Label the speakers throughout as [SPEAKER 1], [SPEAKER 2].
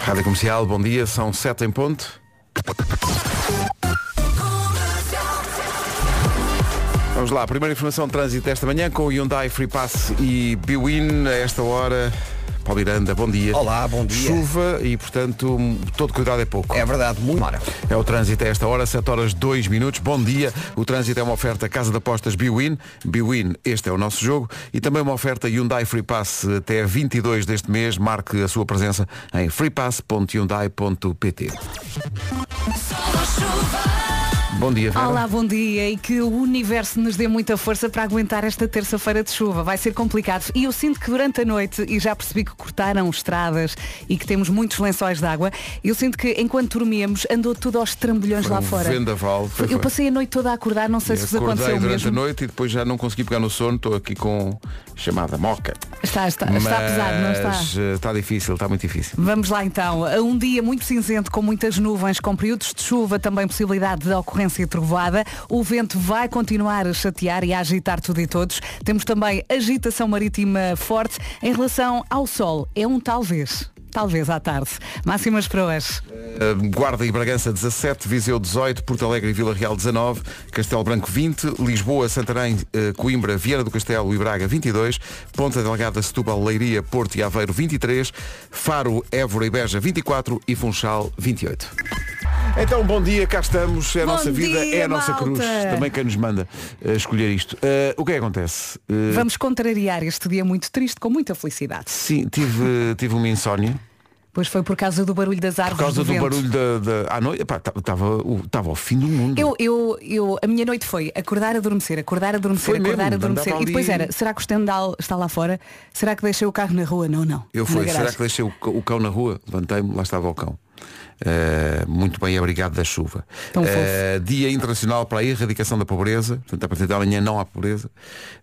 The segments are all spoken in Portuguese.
[SPEAKER 1] Rádio Comercial, bom dia, são 7 em ponto. Vamos lá, primeira informação de trânsito desta manhã com Hyundai Free Pass e Biwin. A esta hora, Paulo Miranda, bom dia.
[SPEAKER 2] Olá, bom dia.
[SPEAKER 1] Chuva e, portanto, todo cuidado é pouco.
[SPEAKER 2] É verdade, muito. Mara.
[SPEAKER 1] É o trânsito a esta hora, 7 horas 2 minutos. Bom dia. O trânsito é uma oferta Casa de Apostas Biwin. Biwin, este é o nosso jogo. E também uma oferta Hyundai Free Pass até 22 deste mês. Marque a sua presença em freepass.hyundai.pt. Bom dia, Vera.
[SPEAKER 3] Olá, bom dia e que o universo nos dê muita força para aguentar esta terça-feira de chuva. Vai ser complicado. E eu sinto que durante a noite, e já percebi que cortaram estradas e que temos muitos lençóis de água, eu sinto que enquanto dormíamos andou tudo aos trambolhões
[SPEAKER 1] Foi
[SPEAKER 3] lá
[SPEAKER 1] um
[SPEAKER 3] fora.
[SPEAKER 1] vendaval, foi, foi.
[SPEAKER 3] Eu passei a noite toda a acordar, não sei se vos
[SPEAKER 1] Acordei
[SPEAKER 3] aconteceu
[SPEAKER 1] durante
[SPEAKER 3] mesmo.
[SPEAKER 1] a noite e depois já não consegui pegar no sono. Estou aqui com chamada moca.
[SPEAKER 3] Está, está, está pesado, não está?
[SPEAKER 1] Mas, eh, Está difícil, está muito difícil.
[SPEAKER 3] Vamos lá então. A Um dia muito cinzento, com muitas nuvens, com períodos de chuva, também possibilidade de ocorrência trovoada. O vento vai continuar a chatear e a agitar tudo e todos. Temos também agitação marítima forte. Em relação ao sol, é um talvez. Talvez à tarde. Máximas para hoje.
[SPEAKER 1] Eh, Guarda e Bragança 17, Viseu 18, Porto Alegre e Vila Real 19, Castelo Branco 20, Lisboa, Santarém, eh, Coimbra, Vieira do Castelo e Braga 22, Ponta Delgada, Setúbal, Leiria, Porto e Aveiro 23, Faro, Évora e Beja 24 e Funchal 28. Então, bom dia, cá estamos, é a
[SPEAKER 3] Bom
[SPEAKER 1] nossa vida, é
[SPEAKER 3] dia,
[SPEAKER 1] a nossa
[SPEAKER 3] malta.
[SPEAKER 1] cruz. Também quem nos manda eh, escolher isto. Eh, o que é que acontece? Eh,
[SPEAKER 3] Vamos contrariar este dia muito triste com muita felicidade.
[SPEAKER 1] Sim, tive, tive uma insónia.
[SPEAKER 3] Pois foi por causa do barulho das
[SPEAKER 1] Por
[SPEAKER 3] árvores.
[SPEAKER 1] causa do
[SPEAKER 3] vento.
[SPEAKER 1] barulho da, da- à noite, estava ao fim do mundo.
[SPEAKER 3] Eu, eu, eu, a minha noite foi acordar, adormecer, acordar, adormecer,
[SPEAKER 1] Foi mesmo,
[SPEAKER 3] acordar, adormecer.
[SPEAKER 1] andava
[SPEAKER 3] E depois
[SPEAKER 1] ali.
[SPEAKER 3] era, será que o estendal está lá fora? Será que deixei o carro na rua? Não, não.
[SPEAKER 1] Eu
[SPEAKER 3] Na
[SPEAKER 1] fui,
[SPEAKER 3] garagem.
[SPEAKER 1] será que deixei o, c- o cão na rua? Levantei-me, lá estava o cão. Eh, muito bem abrigado da chuva.
[SPEAKER 3] Tão
[SPEAKER 1] Eh, Dia Internacional para a Erradicação da Pobreza. Portanto, a partir de amanhã não há pobreza.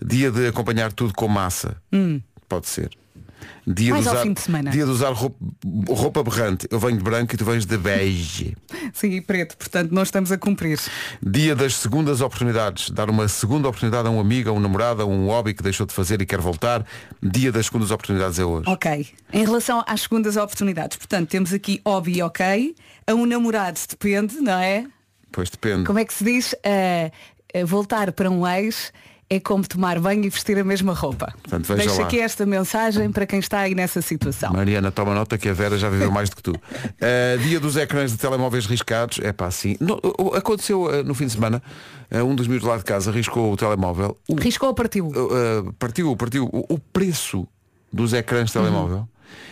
[SPEAKER 1] Dia de acompanhar tudo com massa. Pode ser. Dia
[SPEAKER 3] Hum. Mais
[SPEAKER 1] de
[SPEAKER 3] ao
[SPEAKER 1] usar,
[SPEAKER 3] fim de semana.
[SPEAKER 1] Dia de usar roupa, roupa berrante. Eu venho de branco e tu vens de bege.
[SPEAKER 3] Sim, e preto, portanto não estamos a cumprir.
[SPEAKER 1] Dia das segundas oportunidades. Dar uma segunda oportunidade a um amigo, a um namorado, a um hobby que deixou de fazer e quer voltar. Dia das segundas oportunidades é hoje.
[SPEAKER 3] Ok. Em relação às segundas oportunidades, portanto, temos aqui hobby ok, a um namorado depende, não é?
[SPEAKER 1] Pois depende.
[SPEAKER 3] Como é que se diz? Ah, ah, voltar para um ex é como tomar banho e vestir a mesma roupa.
[SPEAKER 1] Portanto, veja
[SPEAKER 3] Deixo
[SPEAKER 1] lá.
[SPEAKER 3] aqui esta mensagem para quem está aí nessa situação.
[SPEAKER 1] Mariana, toma nota que a Vera já viveu mais do que tu. Uh, dia dos ecrãs de telemóveis riscados, é pá, assim. Não, o- o- aconteceu uh, no fim de semana, uh, um dos meus lá de casa riscou o telemóvel. O-
[SPEAKER 3] Riscou ou partiu?
[SPEAKER 1] uh, uh, partiu, partiu. O, o preço dos ecrãs de telemóvel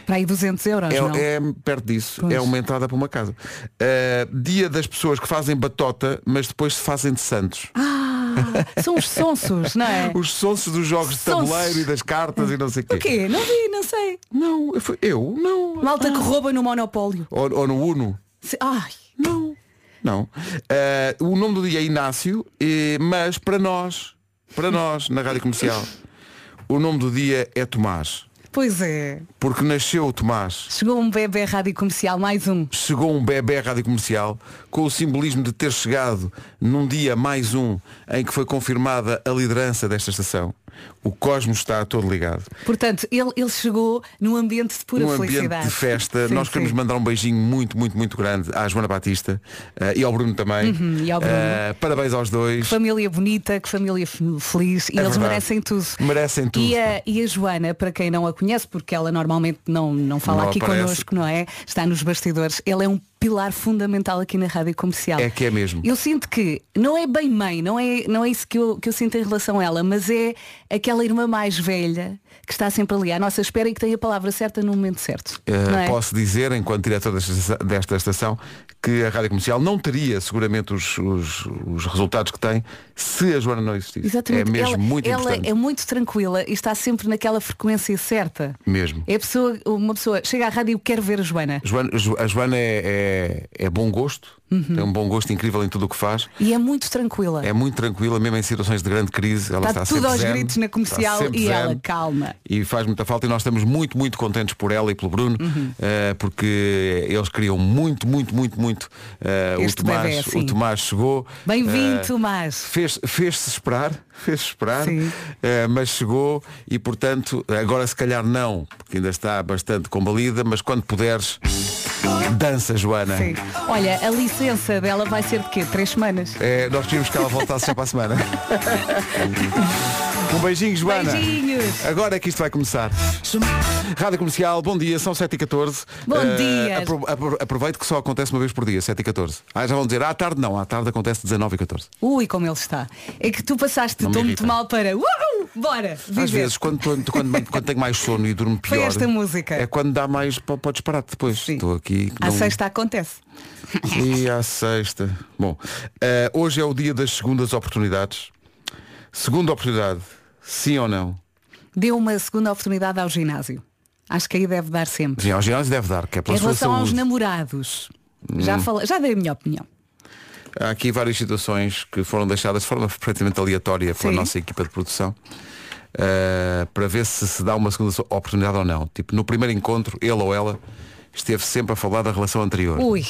[SPEAKER 3] Para aí 200 euros, Uhum. não?
[SPEAKER 1] é, é perto disso.
[SPEAKER 3] Pois.
[SPEAKER 1] É uma entrada para uma casa. Uh, dia das pessoas que fazem batota, mas depois se fazem de santos.
[SPEAKER 3] Ah, são os sonsos, não é?
[SPEAKER 1] Os sonsos dos jogos de
[SPEAKER 3] Sonsos.
[SPEAKER 1] tabuleiro e das cartas e não sei o quê.
[SPEAKER 3] O quê? Não vi, não sei.
[SPEAKER 1] Não, eu, fui- eu? Não.
[SPEAKER 3] Malta que rouba no monopólio.
[SPEAKER 1] Ou, ou no Uno.
[SPEAKER 3] Se- Ai,
[SPEAKER 1] Não. Não. Eh, o nome do dia é Inácio, eh, mas para nós, para nós, na Rádio Comercial, o nome do dia é Tomás.
[SPEAKER 3] pois é.
[SPEAKER 1] Porque nasceu o Tomás.
[SPEAKER 3] Chegou um bebê rádio comercial, mais um.
[SPEAKER 1] Chegou um bebê à Rádio Comercial com o simbolismo de ter chegado num dia mais um em que foi confirmada a liderança desta estação. O cosmos está todo ligado.
[SPEAKER 3] Portanto, ele, ele chegou num ambiente de pura
[SPEAKER 1] um ambiente
[SPEAKER 3] felicidade.
[SPEAKER 1] de festa.
[SPEAKER 3] Sim,
[SPEAKER 1] Nós queremos
[SPEAKER 3] sim.
[SPEAKER 1] mandar um beijinho muito, muito, muito grande à Joana Batista eh, e ao Bruno também.
[SPEAKER 3] Uhum, e ao Bruno.
[SPEAKER 1] Eh, parabéns aos dois.
[SPEAKER 3] Família bonita, que família f- feliz e
[SPEAKER 1] É
[SPEAKER 3] eles
[SPEAKER 1] verdade.
[SPEAKER 3] merecem tudo.
[SPEAKER 1] Merecem tudo.
[SPEAKER 3] E a, e a Joana, para quem não a conhece, porque ela normalmente não, não fala
[SPEAKER 1] Não
[SPEAKER 3] aqui
[SPEAKER 1] aparece.
[SPEAKER 3] connosco, não é? Está nos bastidores. Ela é um pilar fundamental aqui na rádio comercial.
[SPEAKER 1] É que é mesmo.
[SPEAKER 3] Eu sinto que não é bem mãe, não é, não é isso que eu, que eu sinto em relação a ela, mas é aquela irmã mais velha que está sempre ali à nossa espera e que tem a palavra certa no momento certo.
[SPEAKER 1] Uh,
[SPEAKER 3] não é?
[SPEAKER 1] Posso dizer, enquanto diretor desta esta- desta estação, que a Rádio Comercial não teria seguramente os, os- os resultados que tem se a Joana não existisse.
[SPEAKER 3] Exatamente.
[SPEAKER 1] É mesmo
[SPEAKER 3] ela,
[SPEAKER 1] muito
[SPEAKER 3] ela
[SPEAKER 1] importante.
[SPEAKER 3] é muito tranquila e está sempre naquela frequência certa.
[SPEAKER 1] Mesmo.
[SPEAKER 3] É pessoa, uma pessoa chega à rádio e quer ver a Joana.
[SPEAKER 1] Joana- Jo- a Joana é, é- é bom gosto,
[SPEAKER 3] Uhum.
[SPEAKER 1] tem um bom gosto incrível em tudo o que faz,
[SPEAKER 3] E é muito tranquila.
[SPEAKER 1] é muito tranquila, mesmo em situações de grande crise. Ela está
[SPEAKER 3] Está Tá tudo
[SPEAKER 1] sempre
[SPEAKER 3] aos
[SPEAKER 1] zen,
[SPEAKER 3] gritos na
[SPEAKER 1] está
[SPEAKER 3] comercial
[SPEAKER 1] sempre
[SPEAKER 3] e
[SPEAKER 1] zen.
[SPEAKER 3] ela calma.
[SPEAKER 1] E faz muita falta e nós estamos muito, muito contentes por ela e pelo Bruno,
[SPEAKER 3] Uhum.
[SPEAKER 1] eh, porque eles queriam muito, muito, muito, muito eh, o,
[SPEAKER 3] Este
[SPEAKER 1] Tomás,
[SPEAKER 3] bebé, sim.
[SPEAKER 1] o Tomás chegou.
[SPEAKER 3] Bem-vindo,
[SPEAKER 1] eh,
[SPEAKER 3] Tomás.
[SPEAKER 1] Fez- Fez-se esperar, fez esperar,
[SPEAKER 3] Sim.
[SPEAKER 1] eh, mas chegou e portanto, agora se calhar não, porque ainda está bastante combalida, mas quando puderes, Dança, Joana.
[SPEAKER 3] Sim. Olha, a licença dela vai ser de quê? Três semanas?
[SPEAKER 1] É, nós queríamos que ela voltasse já para a semana. um beijinho, Joana.
[SPEAKER 3] Beijinhos.
[SPEAKER 1] Agora é que isto vai começar. Rádio Comercial, bom dia, são 7h14.
[SPEAKER 3] Bom
[SPEAKER 1] Eh,
[SPEAKER 3] dia.
[SPEAKER 1] apro- apro- aproveito que só acontece uma vez por dia, 7h14. Ah, já vão dizer, ah, à tarde não, à tarde acontece 19h14.
[SPEAKER 3] Ui, como ele está. É que tu passaste
[SPEAKER 1] Não me
[SPEAKER 3] tão muito
[SPEAKER 1] irrita.
[SPEAKER 3] mal para. Uhul! Bora!
[SPEAKER 1] Às
[SPEAKER 3] viver.
[SPEAKER 1] vezes, quando, quando, quando- quando tenho mais sono e durmo
[SPEAKER 3] Foi
[SPEAKER 1] pior.
[SPEAKER 3] esta música.
[SPEAKER 1] É quando dá mais para, para o disparate depois.
[SPEAKER 3] Sim.
[SPEAKER 1] Estou aqui.
[SPEAKER 3] À
[SPEAKER 1] não-
[SPEAKER 3] sexta acontece.
[SPEAKER 1] E à sexta. Bom, eh, hoje é o dia das segundas oportunidades. Segunda oportunidade, sim ou não?
[SPEAKER 3] Dê uma segunda oportunidade ao ginásio. Acho que aí deve dar sempre.
[SPEAKER 1] Sim, ao ginásio deve dar, que é pela
[SPEAKER 3] Em
[SPEAKER 1] sua
[SPEAKER 3] relação aos
[SPEAKER 1] saúde. Hum.
[SPEAKER 3] namorados, já, fala... já dei a minha opinião.
[SPEAKER 1] Há aqui várias situações que foram deixadas de forma perfeitamente aleatória pela
[SPEAKER 3] Sim.
[SPEAKER 1] nossa equipa de produção. eh, para ver se se dá uma segunda oportunidade ou não. Tipo, no primeiro encontro, ele ou ela esteve sempre a falar da relação anterior.
[SPEAKER 3] Ui.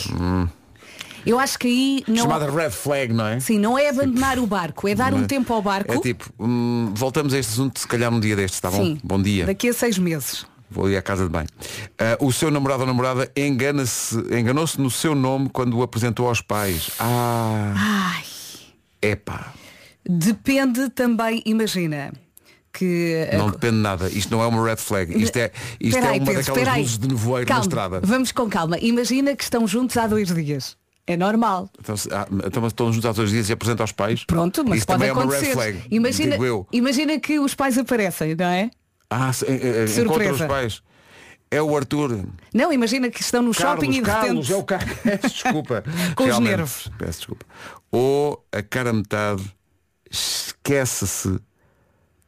[SPEAKER 3] Eu acho que aí não.
[SPEAKER 1] Hum. Chamada red flag, não é?
[SPEAKER 3] Sim, não é abandonar o barco, é dar um tempo ao barco.
[SPEAKER 1] É tipo, hum, voltamos a este assunto se calhar um dia destes, está bom?
[SPEAKER 3] Sim.
[SPEAKER 1] Bom dia.
[SPEAKER 3] Daqui a seis meses.
[SPEAKER 1] Vou ali à casa de bem. Ah, o seu namorado ou namorada engana-se, enganou-se no seu nome quando o apresentou aos pais. Ah,
[SPEAKER 3] Ai.
[SPEAKER 1] epá.
[SPEAKER 3] Depende também, imagina, que. ah,
[SPEAKER 1] Não depende de nada. Isto não é uma red flag. Isto é, isto é
[SPEAKER 3] Espera aí,
[SPEAKER 1] uma
[SPEAKER 3] Pedro,
[SPEAKER 1] daquelas
[SPEAKER 3] espera aí.
[SPEAKER 1] luzes de nevoeiro
[SPEAKER 3] calma,
[SPEAKER 1] na estrada.
[SPEAKER 3] Vamos com calma. Imagina que estão juntos há dois dias. É normal.
[SPEAKER 1] Então, se- ah, então mas estão juntos há dois dias e apresenta aos pais.
[SPEAKER 3] Pronto, mas
[SPEAKER 1] Isso
[SPEAKER 3] pode
[SPEAKER 1] também
[SPEAKER 3] acontecer.
[SPEAKER 1] é uma red flag.
[SPEAKER 3] imagina,
[SPEAKER 1] Digo eu.
[SPEAKER 3] imagina que os pais aparecem, não é?
[SPEAKER 1] Ah, se- eh, eh, encontra os
[SPEAKER 3] Surpresa.
[SPEAKER 1] pais. É o Arthur.
[SPEAKER 3] Não, imagina que estão no
[SPEAKER 1] Carlos,
[SPEAKER 3] shopping e de
[SPEAKER 1] Carlos,
[SPEAKER 3] repente.
[SPEAKER 1] é o Carlos. Peço desculpa.
[SPEAKER 3] Com os
[SPEAKER 1] Realmente,
[SPEAKER 3] nervos.
[SPEAKER 1] Peço desculpa. Ou a cara metade esquece-se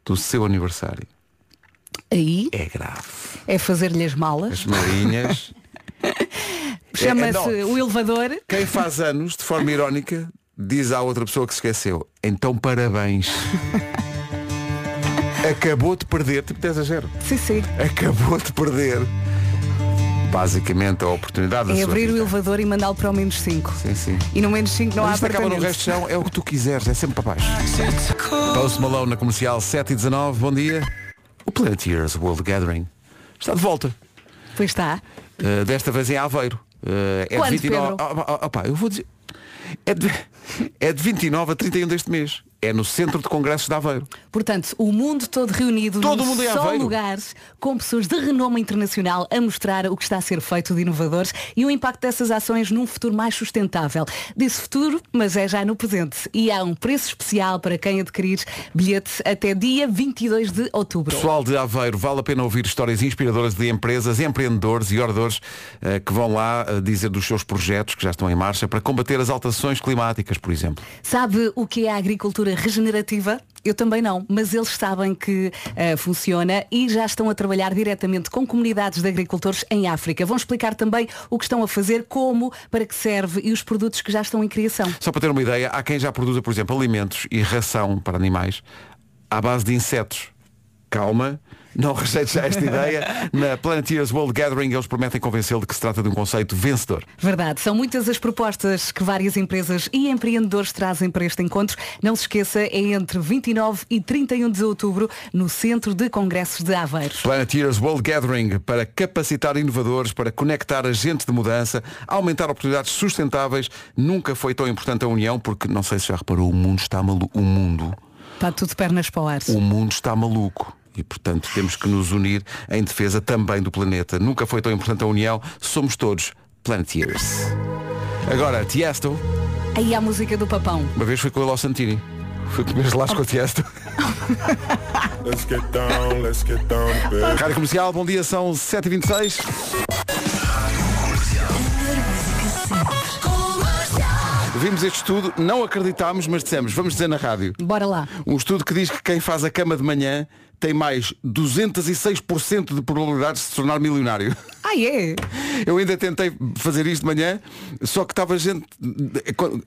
[SPEAKER 1] do seu aniversário.
[SPEAKER 3] Aí
[SPEAKER 1] É grave.
[SPEAKER 3] é fazer-lhe as malas.
[SPEAKER 1] As marinhas. É,
[SPEAKER 3] Chama-se
[SPEAKER 1] não.
[SPEAKER 3] o elevador.
[SPEAKER 1] Quem faz anos, de forma irónica, diz à outra pessoa que se esqueceu. Então parabéns. Acabou de perder, tipo 10 a 0.
[SPEAKER 3] Sim, sim. É
[SPEAKER 1] Acabou de perder. Basicamente a oportunidade da
[SPEAKER 3] É
[SPEAKER 1] sua
[SPEAKER 3] abrir o
[SPEAKER 1] vida.
[SPEAKER 3] elevador e mandá-lo para o menos 5.
[SPEAKER 1] Sim, sim.
[SPEAKER 3] E no menos 5 não há
[SPEAKER 1] Isto acaba no
[SPEAKER 3] apartamento.
[SPEAKER 1] resto de chão, é o que tu quiseres, é sempre para baixo. Post Malone na comercial 7 e 19, bom dia. O Planet Years World Gathering está de volta.
[SPEAKER 3] Pois está.
[SPEAKER 1] Uh, desta vez em Aveiro. Uh, é
[SPEAKER 3] Quando,
[SPEAKER 1] de 29.
[SPEAKER 3] Pedro?
[SPEAKER 1] Ah, ah, ah, pá, eu vou dizer. É de... é de 29 a 31 deste mês. É no Centro de Congressos de Aveiro.
[SPEAKER 3] Portanto, o mundo todo reunido
[SPEAKER 1] Todo
[SPEAKER 3] num
[SPEAKER 1] mundo em
[SPEAKER 3] só
[SPEAKER 1] Aveiro.
[SPEAKER 3] lugar, com pessoas de renome internacional a mostrar o que está a ser feito de inovadores e o impacto dessas ações num futuro mais sustentável. Disse futuro, mas é já no presente. E há um preço especial para quem adquirir bilhete até dia 22 de outubro.
[SPEAKER 1] Pessoal de Aveiro, vale a pena ouvir histórias inspiradoras de empresas, empreendedores e oradores eh, que vão lá eh, dizer dos seus projetos que já estão em marcha para combater as alterações climáticas, por exemplo.
[SPEAKER 3] Sabe o que é a agricultura regenerativa? Eu também não, mas eles sabem que eh, funciona e já estão a trabalhar diretamente com comunidades de agricultores em África. Vão explicar também o que estão a fazer, como, para que serve e os produtos que já estão em criação.
[SPEAKER 1] Só para ter uma ideia, há quem já produza, por exemplo, alimentos e ração para animais à base de insetos. Calma, não rejeite já esta ideia. Na Planeteers World Gathering eles prometem convencê-lo de que se trata de um conceito vencedor.
[SPEAKER 3] Verdade, são muitas as propostas que várias empresas e empreendedores trazem para este encontro. Não se esqueça, é entre 29 e 31 de outubro no Centro de Congressos de Aveiro.
[SPEAKER 1] Planeteers World Gathering para capacitar inovadores, para conectar agentes de mudança, aumentar oportunidades sustentáveis. Nunca foi tão importante a união, porque não sei se já reparou, o mundo está maluco. O mundo,
[SPEAKER 3] Está tudo de pernas para o ar.
[SPEAKER 1] o mundo está maluco. E, portanto, temos que nos unir em defesa também do planeta. Nunca foi tão importante a união. Somos todos Planeteers. Agora, Tiesto,
[SPEAKER 3] Aí há a música do papão.
[SPEAKER 1] uma vez fui com ele ao Santini. Fui comer gelados com o Tiesto.
[SPEAKER 2] Let's get down, let's get down, baby.
[SPEAKER 1] Rádio Comercial, bom dia, são 7h26. Vimos este estudo, não acreditámos, mas dissemos, vamos dizer na rádio.
[SPEAKER 3] Bora lá.
[SPEAKER 1] Um estudo que diz que quem faz a cama de manhã tem mais 206% de probabilidades de se tornar milionário.
[SPEAKER 3] Ah, é?
[SPEAKER 1] Eu ainda tentei fazer isto de manhã, só que estava gente.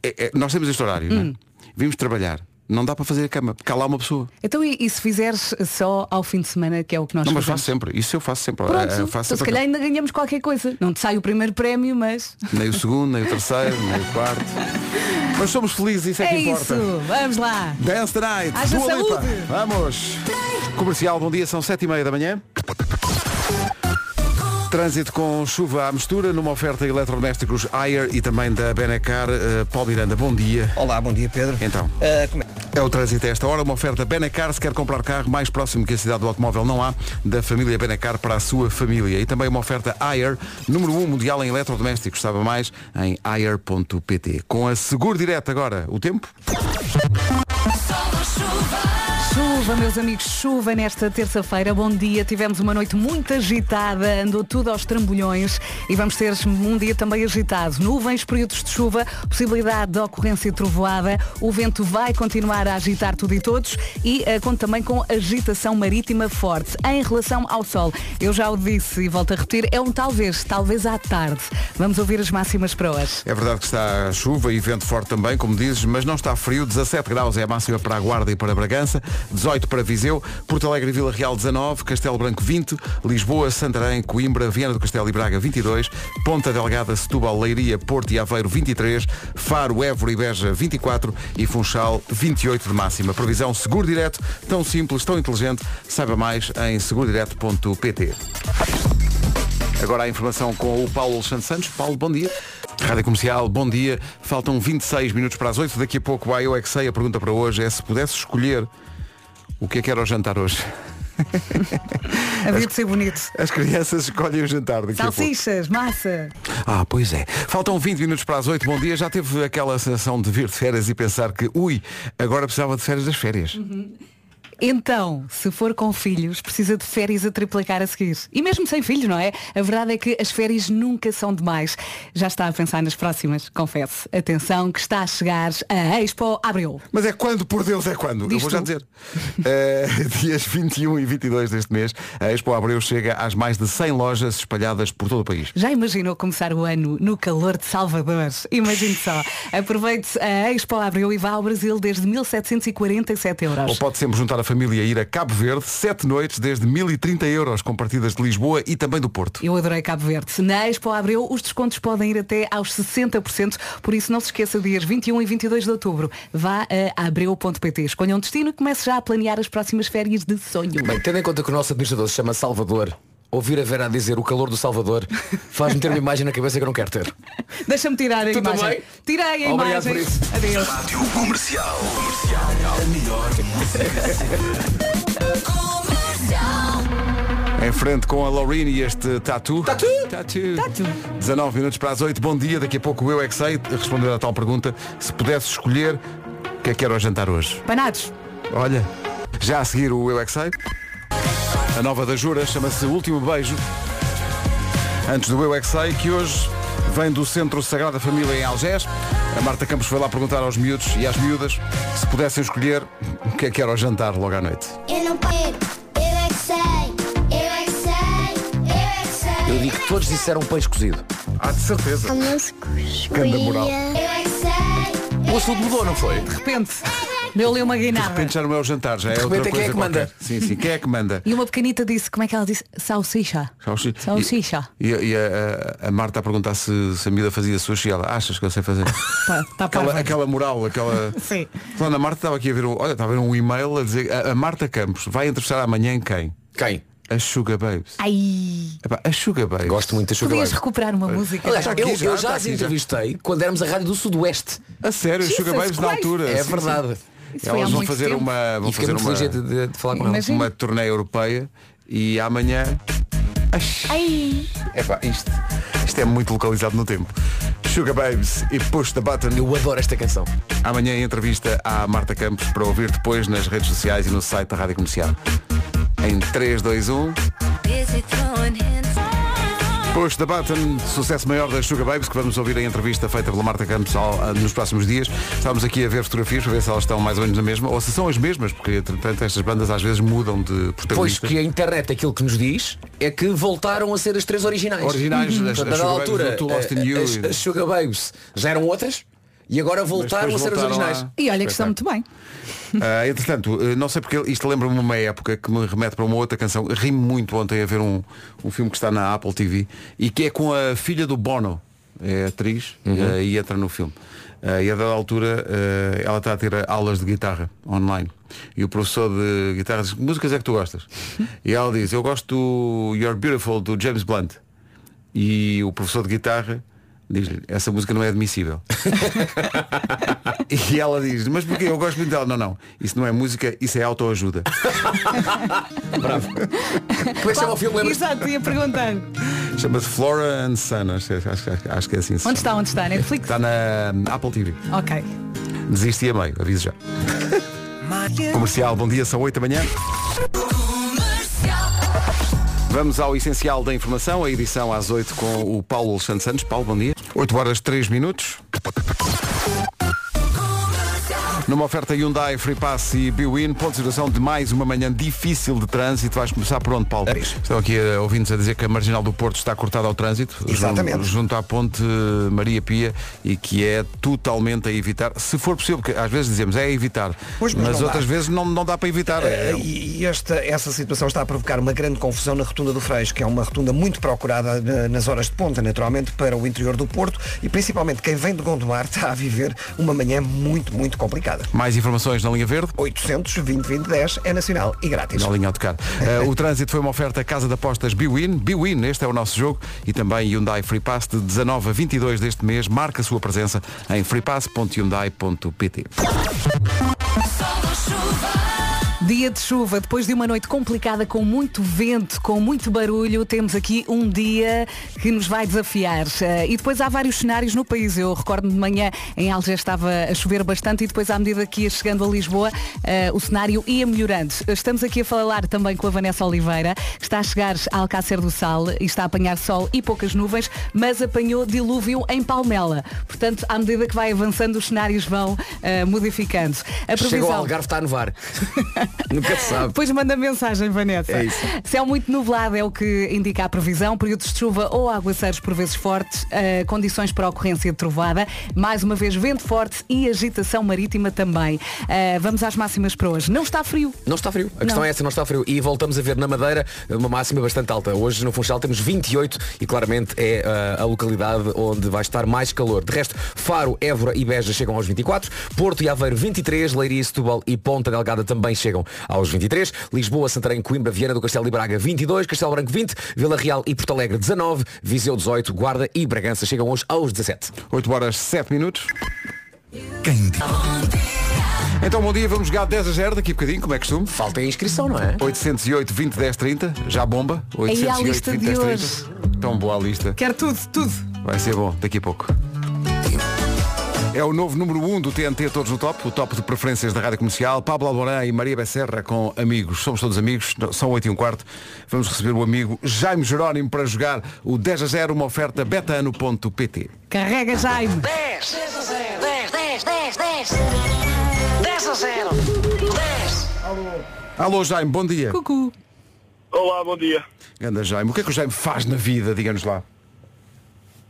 [SPEAKER 1] é, é, Nós temos este horário, não
[SPEAKER 3] Hum.
[SPEAKER 1] é? Vimos trabalhar. Não dá para fazer a cama, porque há lá uma pessoa.
[SPEAKER 3] Então e, e se fizeres só ao fim de semana, que é o que nós
[SPEAKER 1] Não, mas faço
[SPEAKER 3] fazemos?
[SPEAKER 1] sempre. Isso eu faço sempre.
[SPEAKER 3] Pronto,
[SPEAKER 1] Eh, eh,
[SPEAKER 3] então,
[SPEAKER 1] faço
[SPEAKER 3] se
[SPEAKER 1] sempre a
[SPEAKER 3] calhar ainda ganhamos qualquer coisa. Não te sai o primeiro prémio, mas
[SPEAKER 1] Nem o segundo, nem o terceiro, nem o quarto. Mas somos felizes, isso é,
[SPEAKER 3] é
[SPEAKER 1] que importa.
[SPEAKER 3] isso. Vamos lá.
[SPEAKER 1] Dance the Night,
[SPEAKER 3] Haja
[SPEAKER 1] Dua Lipa.
[SPEAKER 3] saúde.
[SPEAKER 1] Vamos. Comercial, bom dia, são sete e meia da manhã. Trânsito com chuva à mistura, numa oferta eletrodomésticos Ayer e também da Benacar. Eh, Paulo Miranda, bom dia.
[SPEAKER 4] Olá, bom dia Pedro.
[SPEAKER 1] Então.
[SPEAKER 4] Ah, como é-
[SPEAKER 1] É o trânsito a esta hora, uma oferta Benacar, se quer comprar carro mais próximo que a cidade do automóvel não há, da família Benacar para a sua família. E também uma oferta Ayer, número 1 mundial em eletrodomésticos, sabe mais em ayer.pt. Com a Seguro Direto agora, o tempo?
[SPEAKER 3] Chuva, meus amigos, chuva nesta terça-feira. Bom dia. Tivemos uma noite muito agitada, andou tudo aos trambolhões e vamos ter um dia também agitado. Nuvens, períodos de chuva, possibilidade de ocorrência de trovoada. O vento vai continuar a agitar tudo e todos e eh, conta também com agitação marítima forte. Em relação ao sol, eu já o disse e volto a repetir, é um talvez, talvez à tarde. Vamos ouvir as máximas para hoje.
[SPEAKER 1] É verdade que está chuva e vento forte também, como dizes, mas não está frio. 17 graus é a máxima para a Guarda e para Bragança, 18 para Viseu, Porto Alegre e Vila Real 19, Castelo Branco 20, Lisboa, Santarém, Coimbra, Viana do Castelo e Braga 22, Ponta Delgada, Setúbal, Leiria, Porto e Aveiro 23, Faro, Évora e Beja 24 e Funchal 28 de máxima. Previsão Seguro Direto, tão simples, tão inteligente. Saiba mais em segurodireto.pt. Agora a informação com o Paulo Alexandre Santos. Paulo, bom dia. Rádio Comercial, bom dia. Faltam 26 minutos para as 8. Daqui a pouco vai eu é que sei. A pergunta para hoje é se pudesse escolher o que é que era o jantar hoje.
[SPEAKER 3] Havia de ser bonito.
[SPEAKER 1] As crianças escolhem o jantar daqui a pouco.
[SPEAKER 3] Salsichas, massa.
[SPEAKER 1] Ah, pois é. Faltam 20 minutos para as 8. Bom dia. Já teve aquela sensação de vir de férias e pensar que, ui, agora precisava de férias das férias.
[SPEAKER 3] Uhum. Então, se for com filhos, precisa de férias a triplicar a seguir. E mesmo sem filhos, não é? A verdade é que as férias nunca são demais. Já está a pensar nas próximas, confesso. Atenção, que está a chegar a Expo Abreu.
[SPEAKER 1] Mas é quando, por Deus, é quando. Eu
[SPEAKER 3] Diz
[SPEAKER 1] vou já
[SPEAKER 3] tu.
[SPEAKER 1] dizer. Eh, dias 21 e 22 deste mês, a Expo Abreu chega às mais de 100 lojas espalhadas por todo o país.
[SPEAKER 3] Já imaginou começar o ano no calor de Salvador? Imagine só. Aproveite a Expo Abreu e vá ao Brasil desde 1747
[SPEAKER 1] Ou
[SPEAKER 3] euros.
[SPEAKER 1] pode sempre juntar a família e ir a Cabo Verde, sete noites, desde 1030 euros, com partidas de Lisboa e também do Porto.
[SPEAKER 3] Eu adorei Cabo Verde. Na Expo Abreu, os descontos podem ir até aos 60%, por isso não se esqueça, dias 21 e 22 de outubro. Vá a abreu.pt, escolha um destino e comece já a planear as próximas férias de sonho.
[SPEAKER 5] Bem, tendo em conta que o nosso administrador se chama Salvador, ouvir a Vera dizer o calor do Salvador faz-me ter uma imagem na cabeça que eu não quero ter.
[SPEAKER 3] Deixa-me tirar a
[SPEAKER 5] Tu
[SPEAKER 3] imagem.
[SPEAKER 5] também?
[SPEAKER 3] Tirei a
[SPEAKER 5] Obrigado
[SPEAKER 3] imagem.
[SPEAKER 5] por isso.
[SPEAKER 3] Adeus.
[SPEAKER 1] Em frente com a Laurine e este Tatu. Tatu! Tatu!
[SPEAKER 3] Tatu.
[SPEAKER 1] 19 minutos para as 8, bom dia. Daqui a pouco eu é que sei responder à tal pergunta. Se pudesse escolher, o que é que era o jantar hoje?
[SPEAKER 3] Panados.
[SPEAKER 1] Olha, já a seguir o Eu é que Sei. A nova da Jura chama-se Último Beijo. Antes do Eu é que Sei, que hoje vem do Centro Sagrada Família em Algés. A Marta Campos foi lá perguntar aos miúdos e às miúdas se pudessem escolher o que é que era o jantar logo à noite.
[SPEAKER 6] Eu não pego, eu é que sei, eu é que sei, eu é que sei.
[SPEAKER 5] Eu digo que todos disseram peixe cozido.
[SPEAKER 1] Ah, de certeza. Ganda moral.
[SPEAKER 6] Eu é que sei.
[SPEAKER 5] O assunto mudou, não foi?
[SPEAKER 3] De repente, deu-lhe uma
[SPEAKER 1] De
[SPEAKER 3] guinada.
[SPEAKER 1] repente já não é o jantar, já é outra coisa
[SPEAKER 5] repente é quem é que
[SPEAKER 1] qualquer.
[SPEAKER 5] manda.
[SPEAKER 1] Sim, sim, quem é que manda?
[SPEAKER 3] E uma pequenita disse, como é que ela disse? Salsicha.
[SPEAKER 1] Salsi-
[SPEAKER 3] Salsicha.
[SPEAKER 1] E, e- e a, a- a Marta a perguntar se, se a miúda fazia sushi. Ela, achas que eu sei fazer?
[SPEAKER 3] Tá, tá
[SPEAKER 1] Aquela,
[SPEAKER 3] parva.
[SPEAKER 1] aquela moral, aquela.
[SPEAKER 3] Sim.
[SPEAKER 1] Falando, a Marta estava aqui a ver um. Olha, estava a ver um e-mail a dizer. A, a Marta Campos vai entrevistar amanhã quem?
[SPEAKER 5] Quem?
[SPEAKER 1] A Sugar Babes.
[SPEAKER 3] Ai,
[SPEAKER 1] Epá, a Sugar Babes.
[SPEAKER 5] Gosto muito da Sugar
[SPEAKER 3] podias
[SPEAKER 5] Babes.
[SPEAKER 3] recuperar uma música.
[SPEAKER 5] Aliás,
[SPEAKER 1] Está aqui
[SPEAKER 5] eu,
[SPEAKER 1] já,
[SPEAKER 5] eu
[SPEAKER 1] está
[SPEAKER 5] já
[SPEAKER 1] aqui
[SPEAKER 5] as
[SPEAKER 1] já.
[SPEAKER 5] entrevistei quando éramos a Rádio do Sudoeste.
[SPEAKER 1] A sério,
[SPEAKER 3] Jesus
[SPEAKER 1] a Sugar Babes na
[SPEAKER 3] Christ.
[SPEAKER 1] altura.
[SPEAKER 5] É
[SPEAKER 1] Ah, Sim,
[SPEAKER 5] verdade.
[SPEAKER 1] sim.
[SPEAKER 3] Isso foi há
[SPEAKER 1] Elas vão
[SPEAKER 3] muito
[SPEAKER 1] fazer
[SPEAKER 3] tempo.
[SPEAKER 1] uma. Vão
[SPEAKER 5] E fiquei
[SPEAKER 1] fazer
[SPEAKER 5] muito
[SPEAKER 1] uma,
[SPEAKER 5] feliz de, de- de falar com ela.
[SPEAKER 3] Mas- Imagina.
[SPEAKER 1] uma turnê europeia e amanhã.
[SPEAKER 6] Ai.
[SPEAKER 1] Epá, isto, isto é muito localizado no tempo. Sugar Babes e Push the Button.
[SPEAKER 5] Eu adoro esta canção.
[SPEAKER 1] Amanhã em entrevista à Marta Campos para ouvir depois nas redes sociais e no site da Rádio Comercial. Em um. 3, 2, 1. Push the Button, sucesso maior da Sugar Babes, que vamos ouvir a entrevista feita pela Marta Campos ao- eh, nos próximos dias. Estamos aqui a ver fotografias para ver se elas estão mais ou menos na mesma, ou se são as mesmas, porque entretanto estas bandas às vezes mudam de
[SPEAKER 5] Pois
[SPEAKER 1] protagonista.
[SPEAKER 5] que a internet aquilo que nos diz é que voltaram a ser as três originais.
[SPEAKER 1] Originais, as-
[SPEAKER 5] Portanto,
[SPEAKER 1] as
[SPEAKER 5] a dada
[SPEAKER 1] Sugar
[SPEAKER 5] altura,
[SPEAKER 1] Babes, o Too Lost in
[SPEAKER 5] eh,
[SPEAKER 1] You
[SPEAKER 5] as,
[SPEAKER 1] e-
[SPEAKER 5] as Sugar Babes já eram outras e agora voltaram a
[SPEAKER 1] depois
[SPEAKER 5] ser as
[SPEAKER 1] voltaram
[SPEAKER 5] originais.
[SPEAKER 1] a-
[SPEAKER 3] E olha que está muito bem.
[SPEAKER 1] Ah, entretanto, eh, não sei porque isto lembra-me uma época que me remete para uma outra canção. Rimo muito ontem a ver um, um filme que está na Apple TV e que é com a filha do Bono, é atriz, eh, e entra no filme. Ah, e a dada altura eh, ela está a ter aulas de guitarra online. E o professor de guitarra diz, que músicas é que tu gostas? e ela diz, eu gosto do You're Beautiful do James Blunt. e o professor de guitarra diz-lhe, essa música não é admissível. e ela diz, mas porquê? Eu gosto muito dela. Não, não, isso não é música, isso é autoajuda.
[SPEAKER 5] Como é que chama o filme? Lembras?
[SPEAKER 3] Exato, ia perguntar.
[SPEAKER 1] Chama-se Flora and Sun, acho, que- acho que- acho que é assim. se chama.
[SPEAKER 3] Onde está? Onde está? Netflix?
[SPEAKER 1] Está na Apple TV.
[SPEAKER 3] Ok.
[SPEAKER 1] Desisti a meio, aviso já. Comercial, bom dia, são 8 da manhã. Vamos ao essencial da informação, a edição às 8 com o Paulo Alexandre Santos. Paulo, bom dia. 8 horas 3 minutos. Numa oferta Hyundai, Free Pass e Biwin, ponto de situação de mais uma manhã difícil de trânsito. Vais começar por onde, Paulo? Estão aqui eh, ouvintes a dizer que a Marginal do Porto está cortada ao trânsito. Exatamente. Junto, à ponte eh, Maria Pia e que é totalmente a evitar. Se for possível, porque às vezes dizemos é a evitar,
[SPEAKER 4] Pois, mas
[SPEAKER 1] mas
[SPEAKER 4] não
[SPEAKER 1] outras
[SPEAKER 4] dá.
[SPEAKER 1] vezes não, não dá para evitar. É-
[SPEAKER 4] Eh, E e esta, essa situação está a provocar uma grande confusão na rotunda do Freixo, que é uma rotunda muito procurada eh, nas horas de ponta, naturalmente, para o interior do Porto e principalmente quem vem de Gondomar está a viver uma manhã muito, muito complicada.
[SPEAKER 1] Mais informações na linha verde.
[SPEAKER 4] 800-2020-10 é nacional e grátis.
[SPEAKER 1] Na linha a tocar. Eh, o trânsito foi uma oferta à Casa de Apostas Biwin. Biwin, este é o nosso jogo. E também Hyundai Free Pass de 19 a 22 deste mês. Marca a sua presença em freepass.hyundai.pt
[SPEAKER 3] Dia de chuva, depois de uma noite complicada com muito vento, com muito barulho, temos aqui um dia que nos vai desafiar. Eh, E depois há vários cenários no país. Eu recordo-me de manhã em Algés estava a chover bastante e depois à medida que ia chegando a Lisboa, eh, o cenário ia melhorando. Estamos aqui a falar também com a Vanessa Oliveira, que está a chegar a Alcácer do Sal e está a apanhar sol e poucas nuvens, mas apanhou dilúvio em Palmela. Portanto, à medida que vai avançando, os cenários vão eh, modificando.
[SPEAKER 5] Chega ao
[SPEAKER 3] A previsão-
[SPEAKER 5] Algarve, está a nevar. Nunca se sabe.
[SPEAKER 3] depois manda mensagem, Vanessa.
[SPEAKER 5] É isso.
[SPEAKER 3] Céu muito nublado é o que indica a previsão. Períodos de chuva ou aguaceiros por vezes fortes. eh, condições para ocorrência de trovada. Mais uma vez, vento forte e agitação marítima também. Eh, vamos às máximas para hoje. Não está frio.
[SPEAKER 5] Não está frio. A questão
[SPEAKER 3] Não.
[SPEAKER 5] é essa, não está frio. E voltamos a ver na Madeira uma máxima bastante alta. Hoje no Funchal temos 28 e claramente é ah, a localidade onde vai estar mais calor. De resto, Faro, Évora e Beja chegam aos 24, Porto e Aveiro 23, Leiria, Setúbal e Ponta Delgada também chegam aos 23, Lisboa, Santarém, Coimbra, Viana do Castelo e Braga 22, Castelo Branco 20, Vila Real e Porto Alegre 19, Viseu 18, Guarda e Bragança chegam hoje aos 17.
[SPEAKER 1] 8 horas 7 minutos. Então bom dia, vamos jogar 10 a 0 daqui a bocadinho, como é costume.
[SPEAKER 5] Falta a inscrição, não é?
[SPEAKER 1] 808 20 10 30, já bomba.
[SPEAKER 3] Aí
[SPEAKER 1] 808
[SPEAKER 3] há a lista
[SPEAKER 1] 20
[SPEAKER 3] de
[SPEAKER 1] 10
[SPEAKER 3] hoje.
[SPEAKER 1] 30. Tão boa a lista.
[SPEAKER 3] Quero tudo, tudo.
[SPEAKER 1] Vai ser bom, daqui a pouco. É o novo número 1 um do TNT Todos no Top, o top de preferências da Rádio Comercial. Pablo Alborã e Maria Becerra com amigos. Somos todos amigos, são 8 e um quarto. Vamos receber o amigo Jaime Jerónimo para jogar o 10 a 0, uma oferta betano.pt.
[SPEAKER 3] Carrega, Jaime.
[SPEAKER 7] 10 10 10 10 10 10 a 0 10
[SPEAKER 1] Alô Jaime, bom dia.
[SPEAKER 3] Cucu.
[SPEAKER 8] Olá, bom dia.
[SPEAKER 1] Anda Jaime, o que é que o Jaime faz na vida, digamos lá?